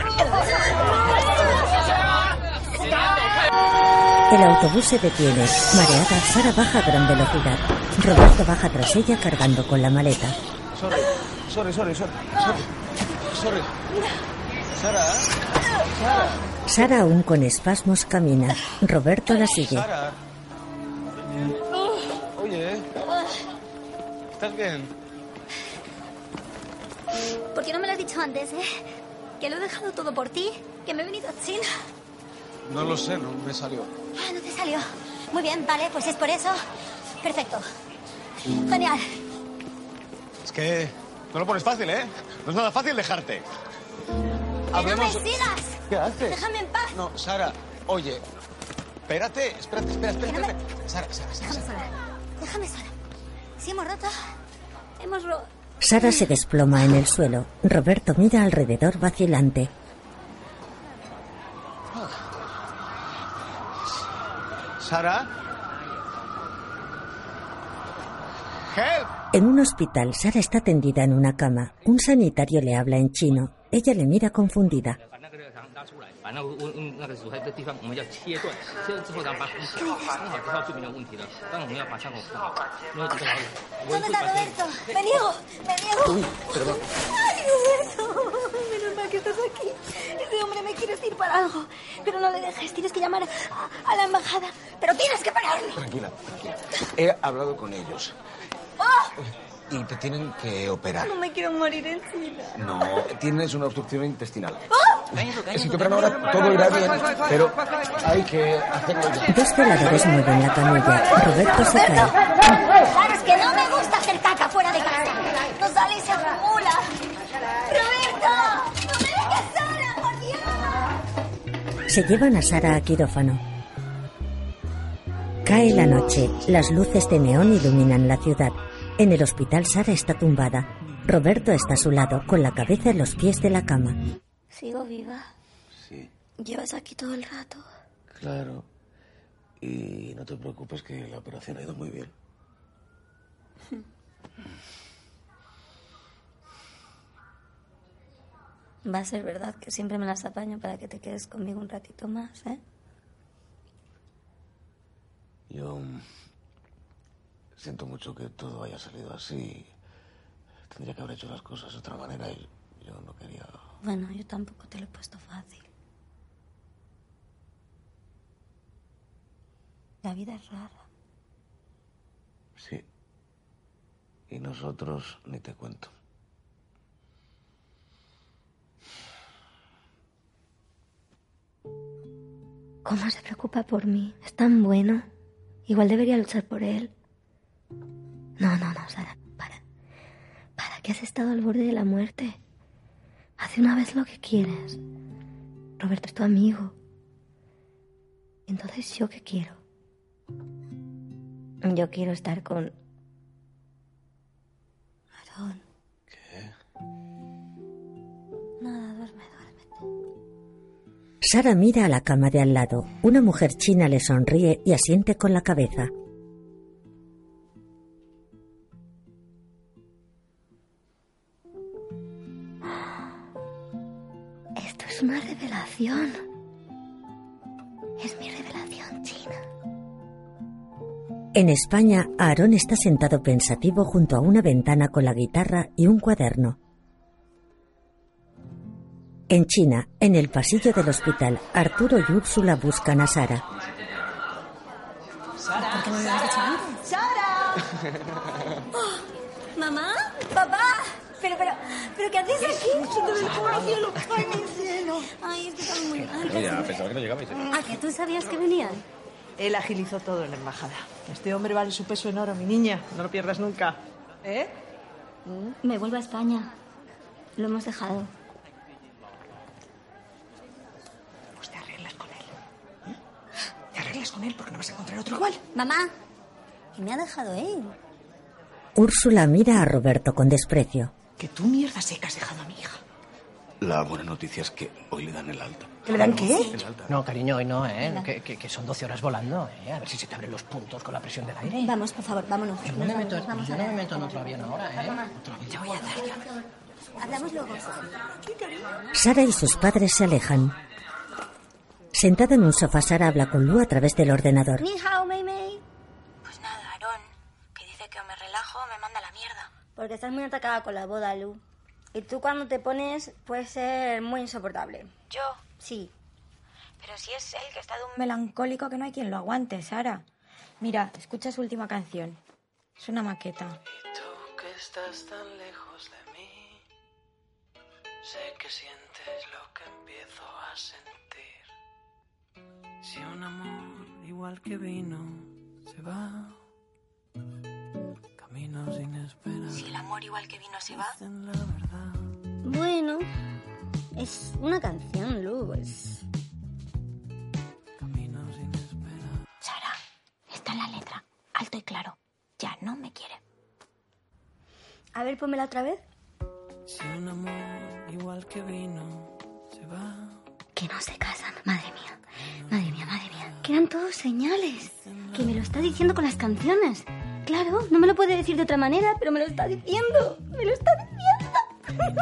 El autobús se detiene. Mareada, Sara baja a gran velocidad. Roberto baja tras ella cargando con la maleta. Sorry, sorry, sorry, sorry. Sorry. sorry. Sara, ¿eh? Sara aún con espasmos camina. Roberto la sigue. Sara. Oye, ¿estás bien? ¿Por qué no me lo has dicho antes, eh? Que lo he dejado todo por ti, que me he venido a China. No lo sé, no me salió. Ah, no te salió. Muy bien, vale, pues es por eso. Perfecto. Genial. Es que no lo pones fácil, ¿eh? No es nada fácil dejarte. ¡No me sigas! ¿Qué haces? Déjame en paz. No, Sara, oye, espérate, espérate, espera, espera, espera. Sara, Sara, Sara. Déjame sola. Déjame sola. Si hemos roto, hemos roto. Sara se desploma en el suelo. Roberto mira alrededor vacilante. Sara. Help. En un hospital, Sara está tendida en una cama. Un sanitario le habla en chino. Ella le mira confundida. 把那个热肠拉出来，把那个温温那个阻塞的地方我们要切断，切断之后然后把它封好之后就没有问题了。但我们要把伤口缝好，因为这个老人，我 ¿Dónde está Roberto? ¡Me niego! ¡Me niego! ¡Ay, Roberto! Menos mal que estás aquí. Ese hombre me quiere decir para algo. Pero no le dejes. Tienes que llamar a, a la embajada. ¡Pero tienes que pararlo! Tranquila, tranquila. He hablado con ellos ¡Oh! ¡Ah! y te tienen que operar. No me quiero morir encima. No, tienes una obstrucción intestinal. ¡Ah! Si te operan ahora, todo irá bien, pero hay que hacerlo ya. Dos celadores mueven la camilla. Roberto se ¡Roberto! cae. ¡Sabes que no me gusta hacer caca fuera de casa! ¡No sale y se acumula! ¡Roberto! ¡No me dejes sola, por Dios! Se llevan a Sara a quirófano. Cae la noche. Las luces de neón iluminan la ciudad. En el hospital, Sara está tumbada. Roberto está a su lado, con la cabeza en los pies de la cama. ¿Sigo viva? Sí. Llevas aquí todo el rato. Claro. Y no te preocupes que la operación ha ido muy bien. Va a ser verdad que siempre me las apaño para que te quedes conmigo un ratito más, ¿eh? Yo mm, siento mucho que todo haya salido así. Tendría que haber hecho las cosas de otra manera y yo no quería... Bueno, yo tampoco te lo he puesto fácil. La vida es rara. Sí. Y nosotros ni te cuento. ¿Cómo se preocupa por mí? Es tan bueno. Igual debería luchar por él. No, no, no, Sara, para. ¿Para qué has estado al borde de la muerte? Haz una vez lo que quieres. Roberto es tu amigo. Entonces, ¿yo qué quiero? Yo quiero estar con... Aarón. ¿Qué? Nada, duerme, Sara mira a la cama de al lado. Una mujer china le sonríe y asiente con la cabeza. Esto es una revelación. Es mi revelación china. En España, Aarón está sentado pensativo junto a una ventana con la guitarra y un cuaderno. En China, en el pasillo del hospital, Arturo y Úrsula buscan a Sara. ¿Por qué no me lo has dicho antes? ¡Sara! ¿Mamá? ¡Papá! Pero, pero, pero, ¿qué haces aquí? cielo! ¡Ay, mi cielo! Ay, es que están muy mal. pensaba que no llegabais. ¿A que tú sabías que venían? Él agilizó todo en la embajada. Este hombre vale su peso en oro, mi niña. No lo pierdas nunca. ¿Eh? Me vuelvo a España. Lo hemos dejado. Pues te arreglas con él. ¿Eh? Te arreglas con él porque no vas a encontrar otro igual. Mamá, que me ha dejado él. Úrsula mira a Roberto con desprecio. Que tú mierda seca has dejado a mi hija. La buena noticia es que hoy le dan el alta. ¿Que le dan qué? El alta. No, cariño, hoy no, ¿eh? Venga. Que, que- que son 12 horas volando, ¿eh? A ver si se te abren los puntos con la presión del aire. Vamos, por favor, vámonos. Yo no me Nos meto, vamos, vamos yo a no ver. me meto en otro avión ahora, ¿eh? Otro avión. voy a Hablamos luego. Sara y sus padres se alejan. Sentada en un sofá, Sara habla con Lu a través del ordenador. Ni hao, Mei Mei. Pues nada, Aarón, que dice que o me relajo o me manda a la mierda. Porque estás muy atacada con la boda, Lu. Y tú cuando te pones puedes ser muy insoportable. Yo, Sí. pero si es él que está de un melancólico que no hay quien lo aguante, Sara. Mira, escucha su última canción. Es una maqueta. Tú que estás tan lejos de mí, sé que sientes lo que empiezo a sentir. Si un amor igual que vino se va, caminos inesperados. Si el amor igual que vino se va. Bueno, es una canción, Lu. Es... Sara, está en la letra, alto y claro. Ya no me quiere. A ver, pónmela otra vez. Si un amor igual que vino se va. Que no se casan, madre mía. Madre mía, madre mía. que eran todos señales. Que me lo está diciendo con las canciones. Claro, no me lo puede decir de otra manera, pero me lo está diciendo. Me lo está diciendo.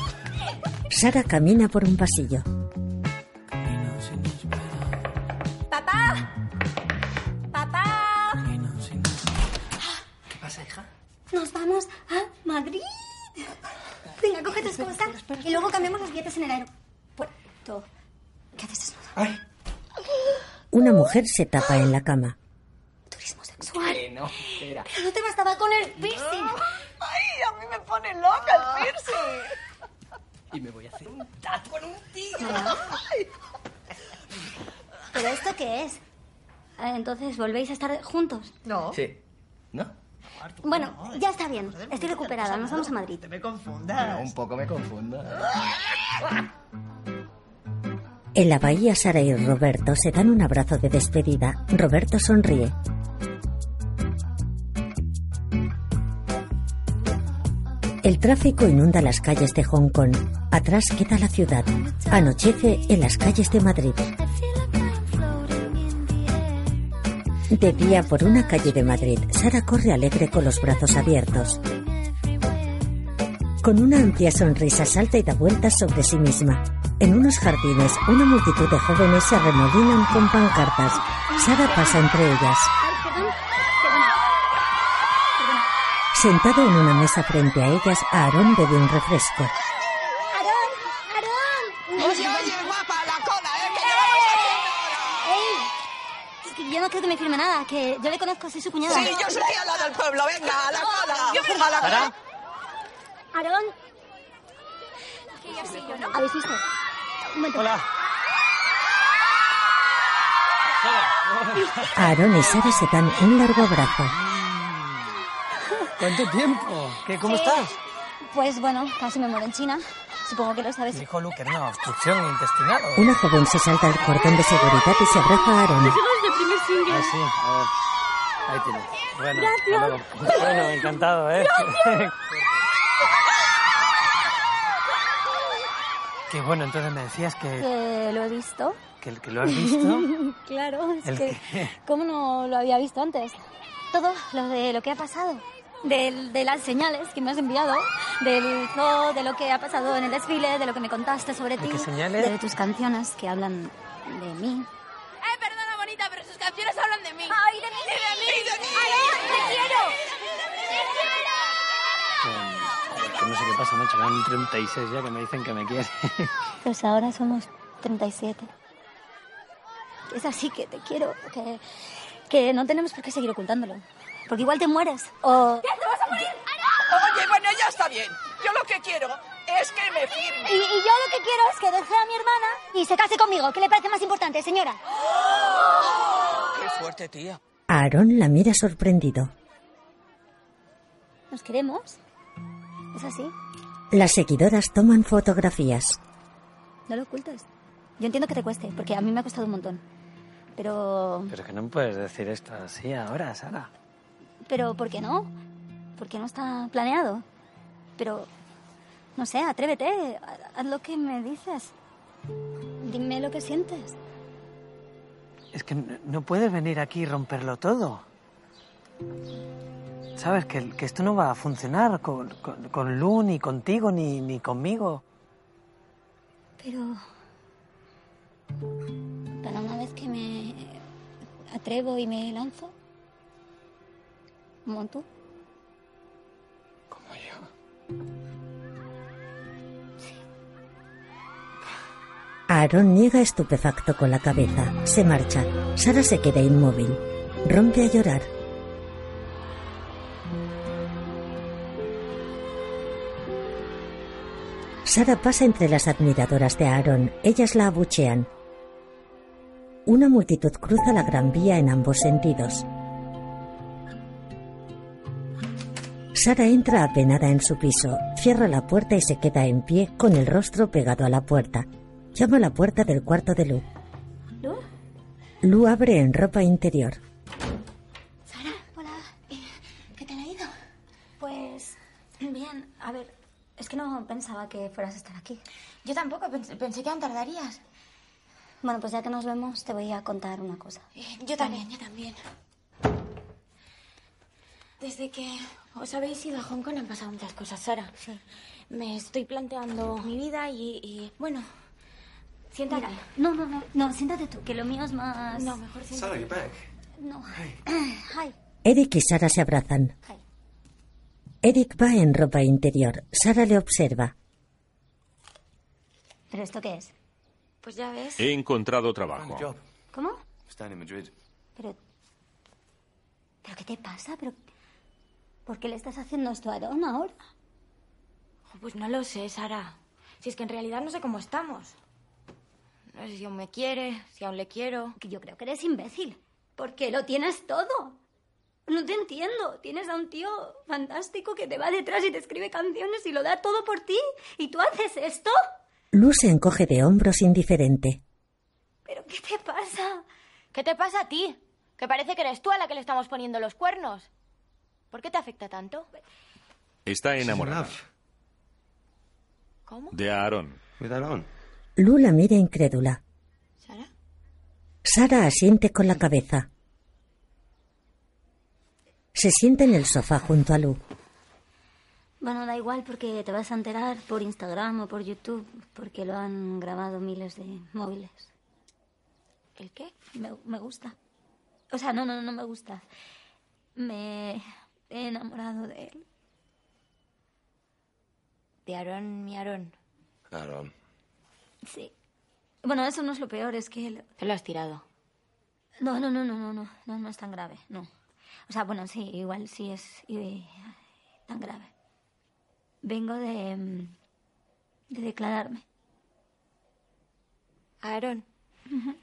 <laughs> Sara camina por un pasillo. ¡Papá! ¡Papá! ¿Qué pasa, hija? Nos vamos a Madrid. Venga, coge tus cosas y luego cambiamos los billetes en el aeropuerto. ¿Qué haces desnudo? Una mujer se tapa en la cama. Turismo sexual. Pero no te bastaba con el piercing. ¡Ay, a mí me pone Ah. loca el piercing! Ah. Y me voy a hacer un... ¡Tato con un tío! Mamá. Ay. ¿Pero esto qué es? Ah, Entonces, ¿volvéis a estar juntos? No. Sí. Bueno, ya está bien. Estoy recuperada. Nos vamos a Madrid. me confundas. un poco me confunda. En la bahía, Sara y Roberto se dan un abrazo de despedida. Roberto sonríe. El tráfico inunda las calles de Hong Kong. Atrás queda la ciudad. Anochece en las calles de Madrid. De día por una calle de Madrid, Sara corre alegre con los brazos abiertos. Con una amplia sonrisa salta y da vueltas sobre sí misma. En unos jardines, una multitud de jóvenes se remolinan con pancartas. Sara pasa entre ellas. Sentado en una mesa frente a ellas, Aarón bebe un refresco. Oye, oye, guapa, la cola, ¿eh? Que Es que yo no creo que me firme nada, que yo le conozco, soy su cuñada. Sí, yo soy a la del pueblo, venga, a la cola. A la Sara. cola. Aarón. ¿Habéis visto? Un momento. Hola. Aarón y Sara se dan un largo abrazo. ¿Cuánto tiempo? ¿Qué, ¿Cómo Sí. estás? Pues bueno, casi me muero en China. Supongo que lo sabes. Dijo Luke que era una obstrucción intestinal. ¿o? Una joven se salta el cordón de seguridad y se abraza a Aarón. el primer single. Ah, sí, a ver. Ahí tienes. Bueno, Gracias. hasta luego. Bueno, encantado, ¿eh? Qué bueno, entonces me decías que, Que lo he visto. que, que lo has visto. <laughs> claro, es ¿El que... ¿Cómo no lo había visto antes? Todo lo de lo que ha pasado. Del- de las señales que me has enviado, del zoo, de lo que ha pasado en el desfile, de lo que me contaste sobre ti. qué señales? De tus canciones que hablan de mí. Ay, Eh, perdona, bonita, pero sus canciones hablan de mí. Ay, de mí. de mí. de mí. Ay, te quiero. Joder, que no sé qué pasa, macho. Van 36 ya que me dicen que me quieren. Pues ahora somos 37. Es así que te quiero, que, que no tenemos por qué seguir ocultándolo. Porque igual te mueres. O... ¿Te vas a morir? ¡Ah, Oye, bueno, ya está bien. Yo lo que quiero es que me firme. Y, y yo lo que quiero es que deje a mi hermana y se case conmigo. ¿Qué le parece más importante, señora? Qué fuerte, tía. Aarón la mira sorprendido. ¿Nos queremos? Es así. Las seguidoras toman fotografías. No lo ocultes. Yo entiendo que te cueste, porque a mí me ha costado un montón. Pero... Pero es que no me puedes decir esto así ahora, Sara. Pero ¿por qué no? Porque no está planeado. Pero... No sé, atrévete. ha- Haz lo que me dices. Dime lo que sientes. Es que n- no puedes venir aquí y romperlo todo. Sabes que, que esto no va a funcionar con, con, con Lu, ni contigo, ni, ni conmigo. Pero... Para una vez que me atrevo y me lanzo... Como tú. Como yo. Aarón niega estupefacto con la cabeza. Se marcha. Sara se queda inmóvil. Rompe a llorar. Sara pasa entre las admiradoras de Aarón. Ellas la abuchean. Una multitud cruza la gran vía en ambos sentidos. Sara entra apenada en su piso, cierra la puerta y se queda en pie con el rostro pegado a la puerta. Llama a la puerta del cuarto de Lu. ¿Lu? Lu abre en ropa interior. Sara, hola. eh, ¿Qué tal ha ido? Pues bien, a ver, es que no pensaba que fueras a estar aquí. Yo tampoco, pens- pensé que aún tardarías. Bueno, pues ya que nos vemos, te voy a contar una cosa. Eh, Yo también, yo también. Desde que os habéis ido a Hong Kong han pasado muchas cosas, Sara. Me estoy planteando mi vida y, y, bueno, siéntate. Mira, no, no, no, no, siéntate tú, que lo mío es más... No, mejor siéntate. Sara, you're back. No. Ay. Eric y Sara se abrazan. Eric va en ropa interior. Sara le observa. ¿Pero esto qué es? Pues ya ves. He encontrado trabajo. ¿Cómo? Están en Madrid. Pero... ¿Pero qué te pasa? ¿Pero... ¿Por qué le estás haciendo esto a Aaron ahora? Pues no lo sé, Sara. Si es que en realidad no sé cómo estamos. No sé si aún me quiere, si aún le quiero. Que yo creo que eres imbécil. Porque lo tienes todo. No te entiendo. Tienes a un tío fantástico que te va detrás y te escribe canciones y lo da todo por ti. ¿Y tú haces esto? Luz se encoge de hombros indiferente. ¿Pero qué te pasa? ¿Qué te pasa a ti? Que parece que eres tú a la que le estamos poniendo los cuernos. ¿Por qué te afecta tanto? Está enamorada ¿Cómo? de Aaron. With Aaron. Lu la mira incrédula. ¿Sara? Sara asiente con la cabeza. Se sienta en el sofá junto a Lu. Bueno, da igual porque te vas a enterar por Instagram o por YouTube porque lo han grabado miles de móviles. ¿El qué? Me, me gusta. O sea, no, no, no me gusta. Me he enamorado de él. De Aarón, mi Aarón. Aaron. Sí. Bueno, eso no es lo peor, es que... lo- Te lo has tirado. No, no, no, no, no, no, no, no es tan grave, no. O sea, bueno, sí, igual sí es eh, tan grave. Vengo de... mm, de declararme. Aaron.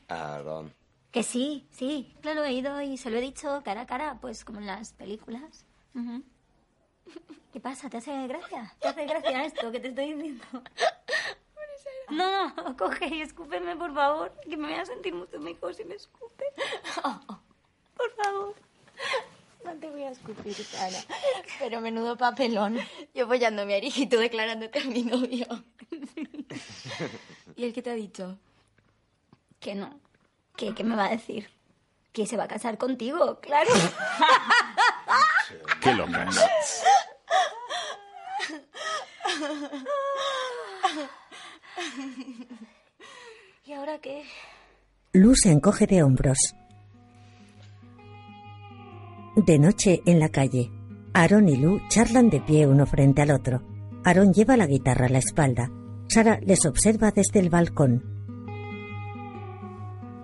Aaron. Que sí, sí, claro, he ido y se lo he dicho cara a cara, pues como en las películas. Ujú. <laughs> ¿Qué pasa? ¿Te hace gracia? ¿Te hace gracia esto que te estoy diciendo? No, no, <laughs> coge y escúpeme, por favor, que me voy a sentir mucho mejor si me escupe. <laughs> Por favor. No te voy a escupir, Sara. Pero menudo papelón. Yo apoyándome a Eric y tú declarándote a mi novio. <laughs> ¿Y el qué te ha dicho? Que no. ¿Qué, ¿Qué me va a decir? Que se va a casar contigo, claro. Qué locas. ¿Y ahora qué? Lu se encoge de hombros. De noche, en la calle, Aaron y Lu charlan de pie uno frente al otro. Aaron lleva la guitarra a la espalda. Sara les observa desde el balcón.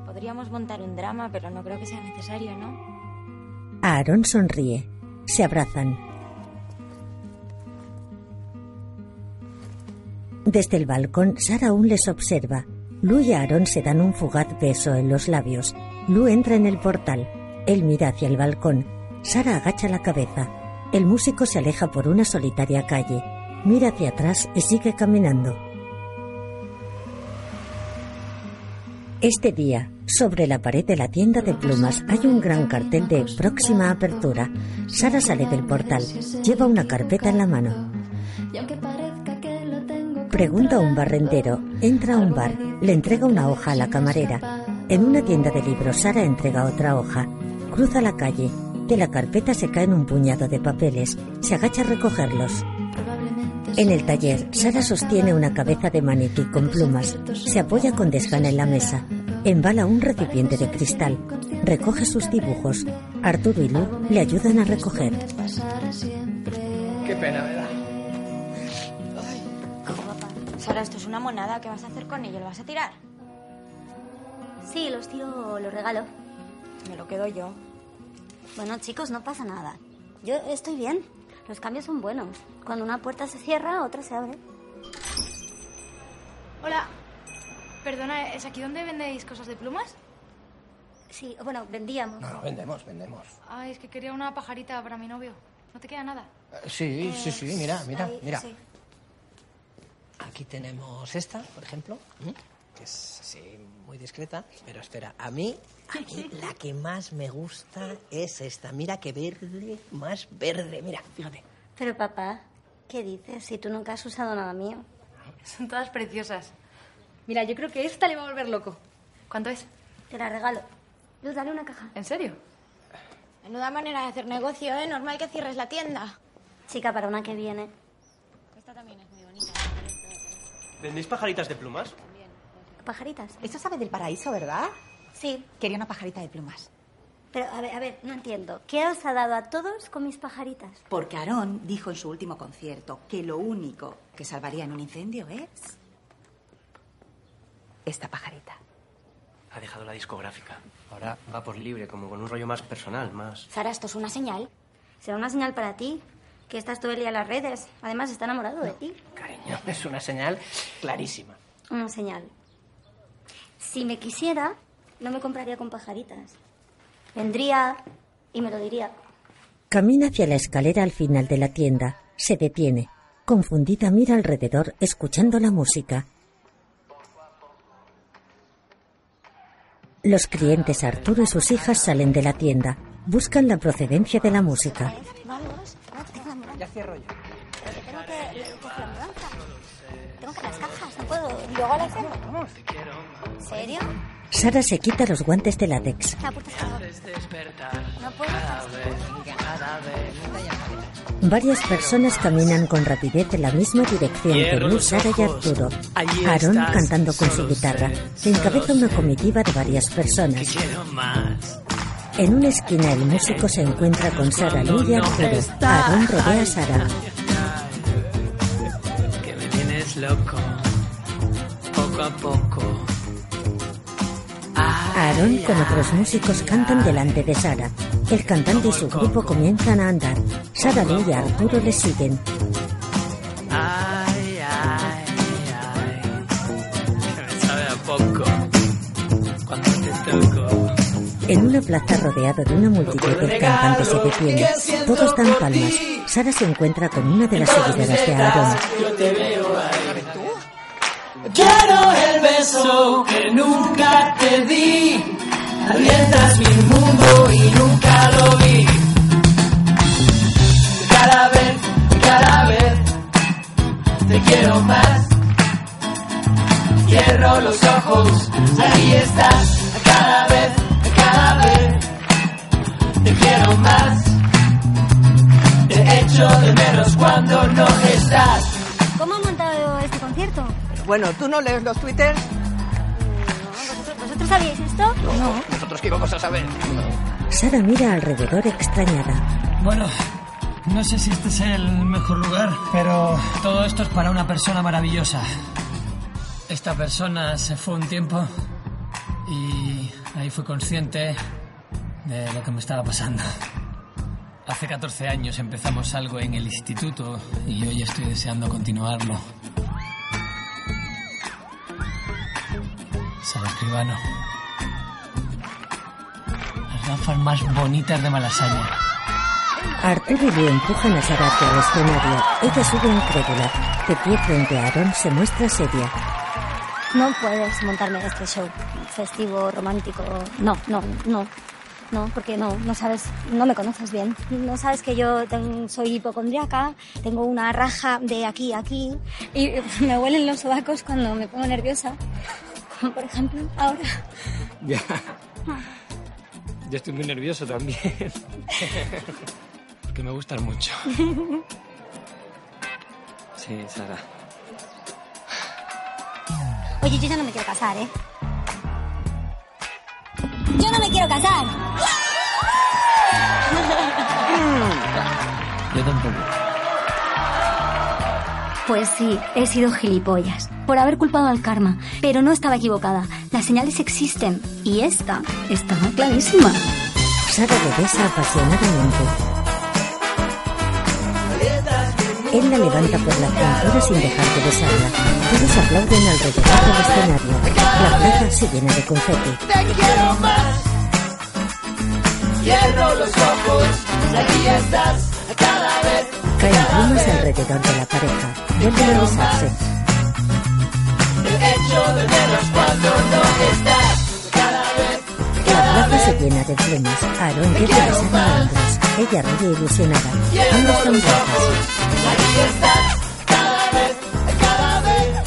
Podríamos montar un drama, pero no creo que sea necesario, ¿no? Aaron sonríe. Se abrazan. Desde el balcón, Sara aún les observa. Lu y Aaron se dan un fugaz beso en los labios. Lu entra en el portal. Él mira hacia el balcón. Sara agacha la cabeza. El músico se aleja por una solitaria calle. Mira hacia atrás y sigue caminando. Este día, sobre la pared de la tienda de plumas hay un gran cartel de próxima apertura. Sara sale del portal. Lleva una carpeta en la mano. Y aunque parezca que lo tengo Pregunta a un barrendero. Entra a un bar. Le entrega una hoja a la camarera. En una tienda de libros, Sara entrega otra hoja. Cruza la calle. De la carpeta se caen un puñado de papeles. Se agacha a recogerlos. En el taller, Sara sostiene una cabeza de maniquí con plumas. Se apoya con desgana en la mesa. Embala un recipiente de cristal. Recoge sus dibujos. Arturo y Lu le ayudan a recoger. pasará siempre. Qué pena me da. Sara, esto es una monada. ¿Qué vas a hacer con ello? ¿Lo vas a tirar? Sí, los tiro, los regalo. Me lo quedo yo. Bueno, chicos, no pasa nada. Yo estoy bien. Los cambios son buenos. Cuando una puerta se cierra, otra se abre. Hola. Perdona, ¿es aquí donde vendéis cosas de plumas? Sí, bueno, vendíamos. No, no, vendemos, vendemos. Ay, es que quería una pajarita para mi novio. No te queda nada. Eh, Sí, sí, sí, mira, mira, ahí, mira. sí. Aquí tenemos esta, por ejemplo, ¿m? que es así muy discreta. Pero espera, a mí, a <laughs> mí la que más me gusta es esta. Mira qué verde, más verde. Mira, fíjate. Pero papá, ¿qué dices? Si tú nunca has usado nada mío. Son todas preciosas. Mira, yo creo que esta le va a volver loco. ¿Cuánto es? Te la regalo. Luz, dale una caja. ¿En serio? Menuda manera de hacer negocio, ¿eh? Normal que cierres la tienda. Chica, para una que viene. Esta también es muy bonita. ¿Vendéis pajaritas de plumas? Pajaritas. Esto sabe del paraíso, ¿verdad? Sí. Quería una pajarita de plumas. Pero, a ver, a ver, no entiendo. ¿Qué os ha dado a todos con mis pajaritas? Porque Aarón dijo en su último concierto que lo único que salvaría en un incendio es. esta pajarita. Ha dejado la discográfica. Ahora va por libre, como con un rollo más personal, más. Sara, esto es una señal. Será una señal para ti, que estás todo el día en las redes. Además, está enamorado de ti. <laughs> Cariño, es una señal clarísima. Una señal. Si me quisiera, no me compraría con pajaritas. Vendría y me lo diría. Camina hacia la escalera al final de la tienda. Se detiene. Confundida mira alrededor escuchando la música. Los clientes Arturo y sus hijas salen de la tienda. Buscan la procedencia de la música. Vamos, no tengo la mudanza. Ya cierro yo. Pero que tengo que. que hacer la mudanza. Tengo que las cajas, no puedo. Luego la hacemos. ¿En serio? Sara se quita los guantes de látex. La puerta está Ah, No puedo estar Varias personas caminan con rapidez en la misma dirección que Cierro Luz, los Sara y ojos. Arturo. Allí Aaron estás, cantando con su solo guitarra. sé, Encabeza solo una sé. comitiva de varias personas. Quiero más. En una esquina el músico se encuentra con Sara Luz y Arturo. está. Aaron rodea a Sara. Que me tienes loco. Poco a poco. Aaron con otros músicos cantan delante de Sara. El cantante y su grupo comienzan a andar. Sara Luz y Arturo le siguen. Ay, ay, ay. Que me sabe a poco. Cuando te toco. En una plaza rodeado de una multitud el cantante se detiene. Todos dan palmas. Sara se encuentra con una de las seguidoras de Aaron. Yo te veo ahí. Quiero el beso que nunca te di. Alientas mi mundo y nunca lo vi. Cada vez, cada vez te quiero más. Cierro los ojos, ahí estás. Cada vez, cada vez te quiero más. Te echo de menos cuando no estás. ¿Cómo han montado este concierto? Bueno, ¿tú no lees los twitters? ¿Vosotros, vosotros sabíais esto? No. ¿Nosotros qué vamos a saber? Sara mira alrededor extrañada. Bueno, no sé si este es el mejor lugar, pero todo esto es para una persona maravillosa. Esta persona se fue un tiempo y ahí fui consciente de lo que me estaba pasando. Hace 14 años empezamos algo en el instituto y hoy estoy deseando continuarlo. Sara Escribano. Las gafas más bonitas de Malasaña. Arturo y Leo empujan a Sara hacia el escenario. Ella sube incrédula. De pie frente a Aaron se muestra seria. No puedes montarme este show festivo, romántico. No, no, no. No, porque no, no sabes, no me conoces bien. No sabes que yo ten- soy hipocondriaca, tengo una raja de aquí a aquí y me huelen los sobacos cuando me pongo nerviosa. Como por ejemplo ahora. <laughs> Ya. Yo estoy muy nervioso también. <laughs> Porque me gustan <laughs> mucho. Sí, Sara. Oye, yo ya no me quiero casar, ¿eh? Yo no me quiero casar. Yo tampoco. Pues sí, he sido gilipollas por haber culpado al karma, pero no estaba equivocada. Las señales existen y esta estaba clarísima. Sara le besa apasionadamente. Él la levanta por la cintura sin dejar de besarla. Todos aplauden alrededor del escenario. La plaza se llena de confeti. Te quiero más. Cierro los ojos. Aquí estás. Cada vez. Caen plumas alrededor de la pareja. Vuelven a besarse. Te echo de menos cuando no estás. Cada vez. La plaza se llena de plumas. Aaron lleva a Sara a hombros. Ella ríe ilusionada. Ambos son guapas. Aquí estás. Cada vez. Cada vez.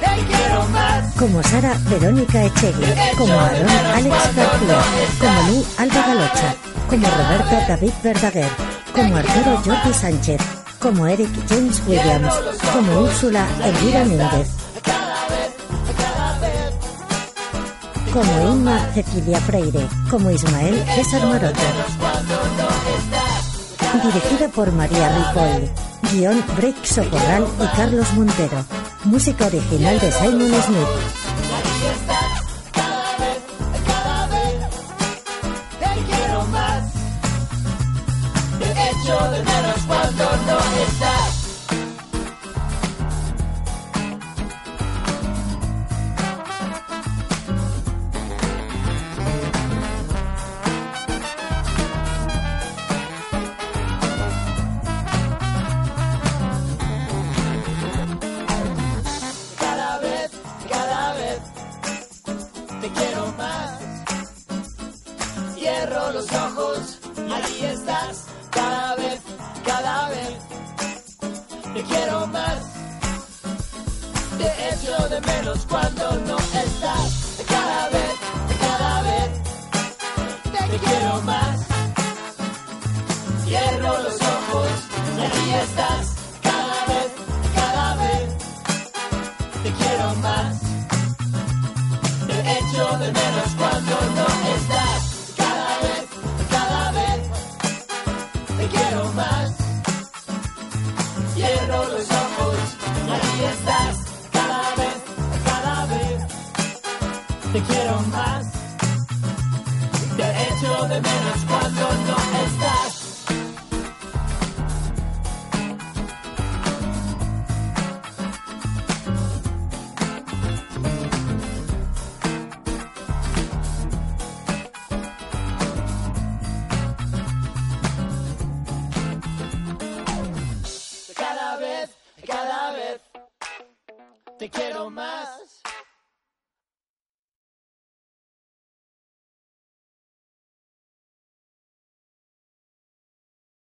Te quiero más. como Sara Verónica Echegui, como Aaron Alex García, como Lu Alba Galocha, como Roberto David Verdaguer, como Arturo Jordi Sánchez, como Eric James Williams, como Úrsula Elvira Mínguez, como Inma Cecilia Freire, como Ismael César Maroto. Dirigida por María Ripoll. Guión Break Socorral y Carlos Montero. Música original de Simon Smith. Te quiero más. Te echo de menos cuando no estás. Cada vez, cada vez te quiero más. Cierro los ojos, allí estás. Cada vez, cada vez te quiero más. Te echo de menos cuando no estás. Cada vez, cada vez te quiero más. Cierro los ojos, allí estás.